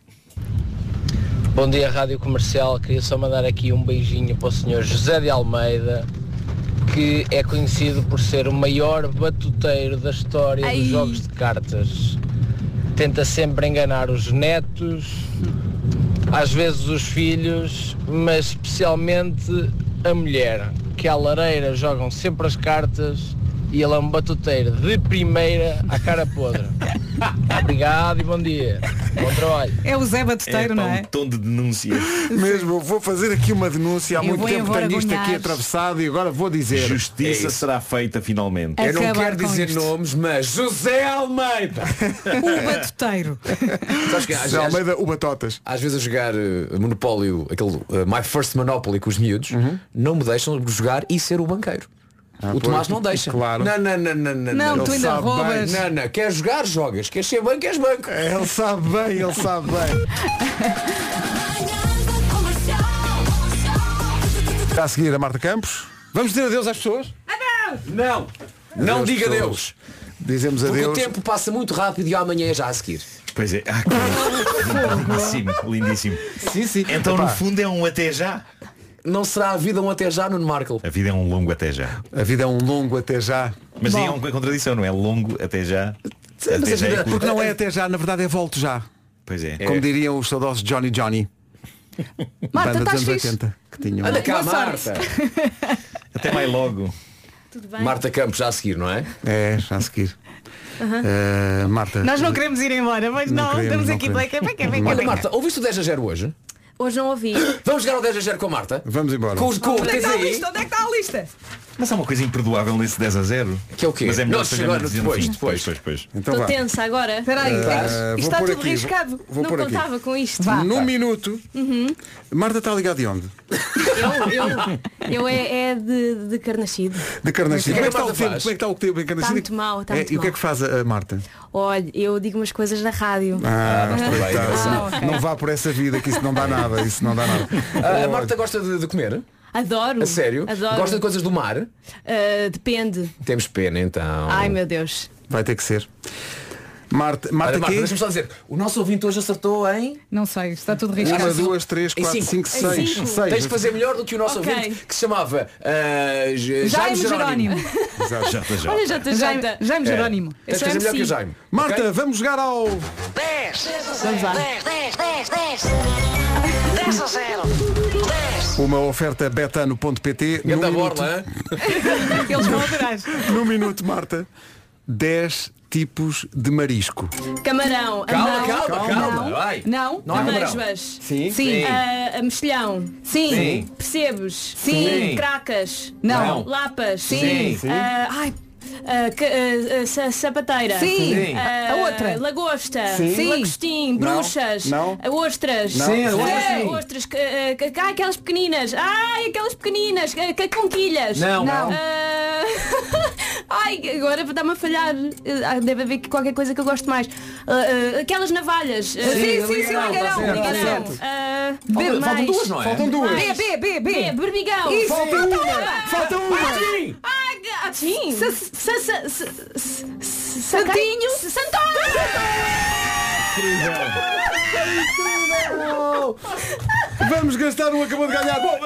[SPEAKER 12] Bom dia, Rádio Comercial. Queria só mandar aqui um beijinho para o Sr. José de Almeida, que é conhecido por ser o maior batuteiro da história
[SPEAKER 7] Ai.
[SPEAKER 12] dos jogos de cartas. Tenta sempre enganar os netos, às vezes os filhos, mas especialmente a mulher, que à lareira jogam sempre as cartas e ele é um batuteiro de primeira à cara podre. Obrigado e bom dia. Bom trabalho.
[SPEAKER 3] É o Zé Batuteiro, não é?
[SPEAKER 10] tom um de denúncia.
[SPEAKER 1] Mesmo, vou fazer aqui uma denúncia. Há
[SPEAKER 3] Eu
[SPEAKER 1] muito
[SPEAKER 3] vou
[SPEAKER 1] tempo tenho isto
[SPEAKER 3] envergonhar.
[SPEAKER 1] aqui atravessado e agora vou dizer.
[SPEAKER 10] Justiça será feita finalmente.
[SPEAKER 3] É.
[SPEAKER 1] Eu não
[SPEAKER 5] Quero dizer nomes, mas José Almeida.
[SPEAKER 3] O Um batuteiro.
[SPEAKER 5] Sabes que às,
[SPEAKER 1] José
[SPEAKER 5] às-
[SPEAKER 1] Almeida, o Batotas.
[SPEAKER 5] às vezes a jogar eh, Monopólio, aquele eh, My First Monopoly com os miúdos,
[SPEAKER 1] Uhum.
[SPEAKER 5] não me deixam jogar e ser o banqueiro. o
[SPEAKER 1] Ah, pois,
[SPEAKER 5] Tomás não deixa.
[SPEAKER 1] claro.
[SPEAKER 5] Não, não, não, não, não.
[SPEAKER 1] Não,
[SPEAKER 5] não.
[SPEAKER 1] tu
[SPEAKER 5] Ele
[SPEAKER 1] ainda
[SPEAKER 5] sabe bem.
[SPEAKER 1] roubas.
[SPEAKER 5] Não, não. Queres jogar, jogas. Queres ser banco, és banco.
[SPEAKER 1] Ele sabe bem, ele sabe bem. Está a seguir a Marta Campos. Vamos dizer adeus às pessoas?
[SPEAKER 5] Não. Não
[SPEAKER 1] Adeus,
[SPEAKER 5] diga
[SPEAKER 1] pessoas.
[SPEAKER 5] Deus.
[SPEAKER 1] Dizemos
[SPEAKER 5] Porque
[SPEAKER 1] adeus.
[SPEAKER 5] o tempo passa muito rápido e amanhã é já a seguir.
[SPEAKER 10] Pois é. Ah, lindíssimo, lindíssimo.
[SPEAKER 1] Sim, sim.
[SPEAKER 10] Então, no fundo, é um até já.
[SPEAKER 5] Não será a vida um até já, Nuno Marco.
[SPEAKER 10] A vida é um longo até já.
[SPEAKER 1] A vida é um longo até já.
[SPEAKER 10] Mas aí é
[SPEAKER 1] Bom.
[SPEAKER 10] uma contradição, não é? Longo até já. Até já é curto.
[SPEAKER 1] Porque não é até já, na verdade é volto já.
[SPEAKER 10] Pois é.
[SPEAKER 1] Como diriam os saudosos Johnny Johnny.
[SPEAKER 3] Ah,
[SPEAKER 10] Marta,
[SPEAKER 3] então
[SPEAKER 1] banda
[SPEAKER 3] tá
[SPEAKER 1] dos
[SPEAKER 10] estás
[SPEAKER 1] anos
[SPEAKER 10] fixe?
[SPEAKER 1] 80 que tinham.
[SPEAKER 5] Anda cá, Marta.
[SPEAKER 10] Até mais logo.
[SPEAKER 5] Marta Campos já a seguir, não é?
[SPEAKER 1] É, já a seguir.
[SPEAKER 3] Aham.
[SPEAKER 1] Eh, Marta.
[SPEAKER 13] Nós não queremos ir embora, mas
[SPEAKER 1] Não
[SPEAKER 13] não,
[SPEAKER 1] queremos,
[SPEAKER 13] estamos
[SPEAKER 1] não
[SPEAKER 13] aqui.
[SPEAKER 1] queremos.
[SPEAKER 13] Vem cá, vem cá, vem cá,
[SPEAKER 5] Olha,
[SPEAKER 13] vem cá.
[SPEAKER 5] Marta, ouviste o 10 a 0 hoje?
[SPEAKER 13] Hoje não ouvi.
[SPEAKER 5] Vamos jogar o 10 a 0 com a Marta?
[SPEAKER 1] Vamos embora.
[SPEAKER 5] Com os com o
[SPEAKER 13] Onde é que está a
[SPEAKER 5] TZI?
[SPEAKER 13] lista? Onde é que está a lista?
[SPEAKER 10] Mas há uma coisa imperdoável nesse 10 a 0.
[SPEAKER 5] Que é o quê?
[SPEAKER 10] Mas é melhor
[SPEAKER 5] Nós
[SPEAKER 10] seja
[SPEAKER 5] chegamos
[SPEAKER 10] dizendo
[SPEAKER 5] depois,
[SPEAKER 10] sim.
[SPEAKER 5] depois.
[SPEAKER 10] Pois, pois, pois.
[SPEAKER 1] Então
[SPEAKER 13] Estou
[SPEAKER 1] vá.
[SPEAKER 13] tensa agora. Espera
[SPEAKER 1] aí. Eh, vou
[SPEAKER 13] iou está
[SPEAKER 1] pôr
[SPEAKER 13] tudo
[SPEAKER 1] aqui,
[SPEAKER 13] riscado.
[SPEAKER 1] vou- vou
[SPEAKER 13] não
[SPEAKER 1] pôr aqui.
[SPEAKER 13] contava com isto.
[SPEAKER 1] Num minuto.
[SPEAKER 13] Uhum.
[SPEAKER 1] Marta está ligada de onde?
[SPEAKER 13] Eu, eu, eu é, é de, de Carnascido.
[SPEAKER 1] De Carnascido. Como é que está o tempo?
[SPEAKER 13] faz?
[SPEAKER 1] Como é que está o tempo em Carnascido?
[SPEAKER 13] Está muito mal, está
[SPEAKER 1] É,
[SPEAKER 13] muito
[SPEAKER 1] E o que é
[SPEAKER 13] mal.
[SPEAKER 1] que faz a a Marta?
[SPEAKER 13] Olha, eu digo umas coisas na rádio.
[SPEAKER 1] Ah, coitado,
[SPEAKER 13] Ah,
[SPEAKER 1] senão-
[SPEAKER 13] ok.
[SPEAKER 1] Não vá por essa vida que isso não dá nada, isso não dá nada.
[SPEAKER 5] Ah, a Marta gosta de, de comer?
[SPEAKER 13] Adoro.
[SPEAKER 16] Hum,
[SPEAKER 5] A sério?
[SPEAKER 13] Adoro.
[SPEAKER 5] Gosta de coisas do mar?
[SPEAKER 13] Ah, depende.
[SPEAKER 5] Temos pena então.
[SPEAKER 13] Ai meu Deus.
[SPEAKER 1] Vai ter que ser. Marta, Marta,
[SPEAKER 5] Olha, Marta,
[SPEAKER 1] quê?
[SPEAKER 5] deixa-me só dizer, o nosso ouvinte hoje acertou em.
[SPEAKER 3] Não sei, está tudo
[SPEAKER 1] Uma,
[SPEAKER 3] riscado.
[SPEAKER 1] duas, três,
[SPEAKER 5] assim. Em
[SPEAKER 1] quatro, cinco,
[SPEAKER 5] Em
[SPEAKER 1] seis.
[SPEAKER 5] cinco.
[SPEAKER 1] Seis.
[SPEAKER 5] Tens de fazer melhor do que o nosso
[SPEAKER 3] Ok.
[SPEAKER 5] ouvinte que se chamava uh, J-
[SPEAKER 3] Jaime
[SPEAKER 5] Jaime Jerónimo.
[SPEAKER 1] Exato,
[SPEAKER 10] já,
[SPEAKER 3] já. Olha, já está, já está. Jaime Jerónimo.
[SPEAKER 5] É. Tens de fazer melhor que o Jaime.
[SPEAKER 1] Marta, vamos jogar ao.
[SPEAKER 7] 10.
[SPEAKER 3] Vamos lá.
[SPEAKER 7] 10, 10, 10, 10. 10 a 0. 10.
[SPEAKER 1] Uma oferta betano.pt.
[SPEAKER 7] Ganda
[SPEAKER 1] No
[SPEAKER 7] borla,
[SPEAKER 3] é
[SPEAKER 1] minuto-
[SPEAKER 7] Eles
[SPEAKER 3] vão adorar.
[SPEAKER 1] No minuto, Marta, 10 tipos de marisco.
[SPEAKER 16] Camarão,
[SPEAKER 1] Calma,
[SPEAKER 16] anão,
[SPEAKER 1] calma, calma,
[SPEAKER 16] não,
[SPEAKER 1] vai.
[SPEAKER 16] Não,
[SPEAKER 1] Não há camarão.
[SPEAKER 16] amêijoas.
[SPEAKER 1] Sim. Sim.
[SPEAKER 16] Ah, mexilhão.
[SPEAKER 1] Sim. Sim.
[SPEAKER 16] Percebes?
[SPEAKER 1] Sim. Sim.
[SPEAKER 16] Cracas.
[SPEAKER 1] Não. Não.
[SPEAKER 16] Lapas.
[SPEAKER 1] Sim. Sim.
[SPEAKER 16] Ah, ai. ah, ca- ah, ah, sa- sapateira
[SPEAKER 3] Sim. Sim.
[SPEAKER 16] Ah,
[SPEAKER 3] A outra.
[SPEAKER 16] Lagosta
[SPEAKER 3] Sim. Sim.
[SPEAKER 16] Lagostim
[SPEAKER 3] Não.
[SPEAKER 16] Bruxas
[SPEAKER 3] Não.
[SPEAKER 16] ah, Ostras
[SPEAKER 3] Não. Sim, ostras,
[SPEAKER 16] Ah,
[SPEAKER 3] sim.
[SPEAKER 16] Ostras ca- ah, ca- ca- Aquelas pequeninas Ai, aquelas pequeninas ca- ca- Conquilhas
[SPEAKER 7] Não. Não.
[SPEAKER 16] Ah, Ai, agora está-me a falhar. Ah, Deve haver aqui qualquer coisa que eu gosto mais. Ah, ah, aquelas navalhas. Sim, Ah,
[SPEAKER 3] sim, sim, ligarão, ligarão, tá certo. Faltam- faltam duas, não é? Faltam duas.
[SPEAKER 16] B, B, B, B. B berbigão.
[SPEAKER 3] Isso. Falta uma,
[SPEAKER 16] Ah,
[SPEAKER 3] falta uma.
[SPEAKER 16] ah,
[SPEAKER 3] Sim.
[SPEAKER 16] ah, ah, Sim. Sa- sa- sa- sa- sa- saca- Santoro.
[SPEAKER 1] Vamos gastar um acabou de ganhar. Bom,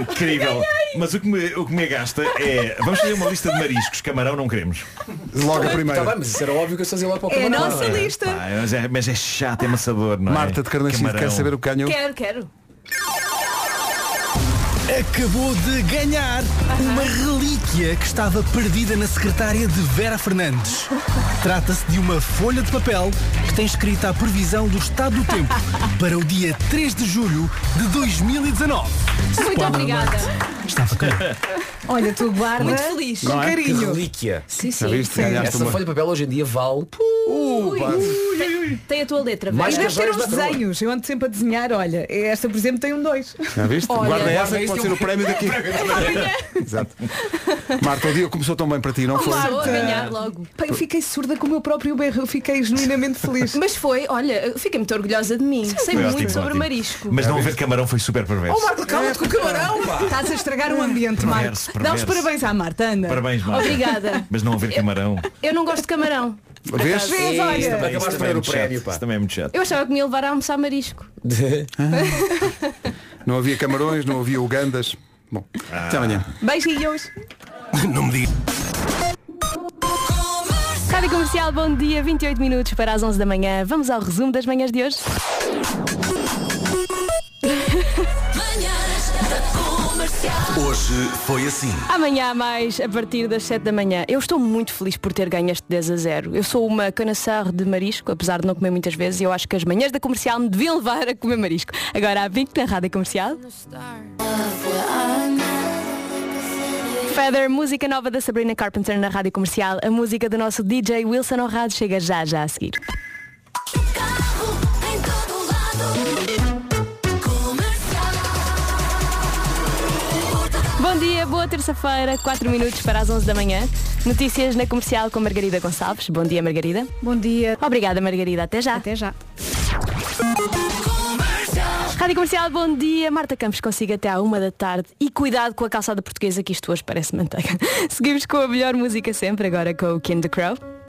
[SPEAKER 10] Incrível. Mas o que, me, o que me agasta é. Vamos fazer uma lista de mariscos. Camarão não queremos.
[SPEAKER 1] Logo a primeira.
[SPEAKER 5] Tá bem, mas isso era óbvio que eu fazia lá para o
[SPEAKER 16] É a
[SPEAKER 5] camarão,
[SPEAKER 16] nossa
[SPEAKER 5] não
[SPEAKER 16] lista.
[SPEAKER 10] Pá, mas, é, mas é chato, é amassador, não é?
[SPEAKER 1] Marta de Carnaxide,
[SPEAKER 10] Camarão.
[SPEAKER 1] quer saber o que ganhou?
[SPEAKER 16] Quero, quero.
[SPEAKER 9] Acabou de ganhar uma relíquia que estava perdida na secretária de Vera Fernandes. Trata-se de uma folha de papel que tem escrita a previsão do estado do tempo para o dia 3 de julho de 2019.
[SPEAKER 16] Muito
[SPEAKER 9] Spoiler
[SPEAKER 16] obrigada.
[SPEAKER 9] alert. Estava claro.
[SPEAKER 3] Olha, tu guarda
[SPEAKER 9] Muito
[SPEAKER 16] Né?
[SPEAKER 9] feliz.
[SPEAKER 3] com
[SPEAKER 5] Não é? Que
[SPEAKER 3] carinho.
[SPEAKER 5] relíquia.
[SPEAKER 16] Sim,
[SPEAKER 5] Já
[SPEAKER 16] sim.
[SPEAKER 5] viste?
[SPEAKER 16] Sim.
[SPEAKER 5] Ganhaste
[SPEAKER 16] Essa
[SPEAKER 5] Essa uma...
[SPEAKER 16] folha
[SPEAKER 5] folha de papel hoje em dia vale.
[SPEAKER 10] Uh,
[SPEAKER 3] Ui, ui,
[SPEAKER 16] Tem- Tem a tua letra.
[SPEAKER 5] Mais
[SPEAKER 3] e
[SPEAKER 5] que
[SPEAKER 3] deve
[SPEAKER 5] as
[SPEAKER 3] ter
[SPEAKER 5] horas
[SPEAKER 3] uns
[SPEAKER 5] da rua.
[SPEAKER 3] desenhos. Eu ando sempre a desenhar, olha. Esta, por exemplo, tem um dois.
[SPEAKER 1] Já viste?
[SPEAKER 3] Olha.
[SPEAKER 1] é Guarda essa que pode
[SPEAKER 3] Guarda isso.
[SPEAKER 1] ser o um prémio daqui. Exato. Marta, o dia começou tão bem para ti, não foi?
[SPEAKER 16] Claro, a ganhar logo.
[SPEAKER 3] Pai, eu fiquei surda com o meu próprio berro. Eu fiquei genuinamente feliz.
[SPEAKER 16] Mas foi, olha, eu fiquei muito orgulhosa de mim. Sei
[SPEAKER 10] Foi
[SPEAKER 16] muito
[SPEAKER 10] ótimo,
[SPEAKER 16] sobre
[SPEAKER 10] ótimo.
[SPEAKER 16] marisco.
[SPEAKER 10] Mas
[SPEAKER 1] Tá.
[SPEAKER 10] não haver camarão foi super
[SPEAKER 5] Oh,
[SPEAKER 10] perverso.
[SPEAKER 3] calma-te com o camarão, pá. Estás a estragar o ambiente, Marco.
[SPEAKER 10] Perverso,
[SPEAKER 3] Dá os
[SPEAKER 10] perverso.
[SPEAKER 3] parabéns à Marta, anda.
[SPEAKER 10] Parabéns, Marta.
[SPEAKER 16] Obrigada.
[SPEAKER 10] Mas não haver camarão.
[SPEAKER 16] Eu não gosto de camarão.
[SPEAKER 10] Vês?
[SPEAKER 16] Vês, olha.
[SPEAKER 10] Isso também-
[SPEAKER 5] Acabaste
[SPEAKER 10] isso
[SPEAKER 5] de
[SPEAKER 10] também é
[SPEAKER 5] perder o
[SPEAKER 10] muito
[SPEAKER 5] prémio,
[SPEAKER 10] chato.
[SPEAKER 5] pá.
[SPEAKER 10] Isso também é muito chato.
[SPEAKER 16] Eu achava que me ia levar a almoçar marisco.
[SPEAKER 1] Não havia camarões, não havia ugandas. Bom, até amanhã.
[SPEAKER 16] Beijinhos.
[SPEAKER 1] Ah. Não me diga.
[SPEAKER 16] Rádio Comercial, bom dia. 28 minutos para as 11 da manhã. Vamos ao resumo das manhãs de hoje.
[SPEAKER 17] Hoje foi assim.
[SPEAKER 16] Amanhã há mais, a partir das 7 da manhã. Eu estou muito feliz por ter ganho este 10 a 0. Eu sou uma canaçarre de marisco, apesar de não comer muitas vezes, e eu acho que as manhãs da comercial me deviam levar a comer marisco. Agora há bico da Rádio Comercial. Feather, música nova da Sabrina Carpenter na Rádio Comercial. A música do nosso DJ Wilson Honrado chega já já a seguir. Bom dia, boa terça-feira, 4 minutos para as 11 da manhã. Notícias na comercial com Margarida Gonçalves. Bom dia, Margarida. Bom dia. Obrigada, Margarida. Até já. Até já. Rádio Comercial, bom dia. Marta Campos consigo até à uma da tarde. E cuidado com a calçada portuguesa, que isto hoje parece manteiga. Seguimos com a melhor música sempre, agora com o Kim the Crow.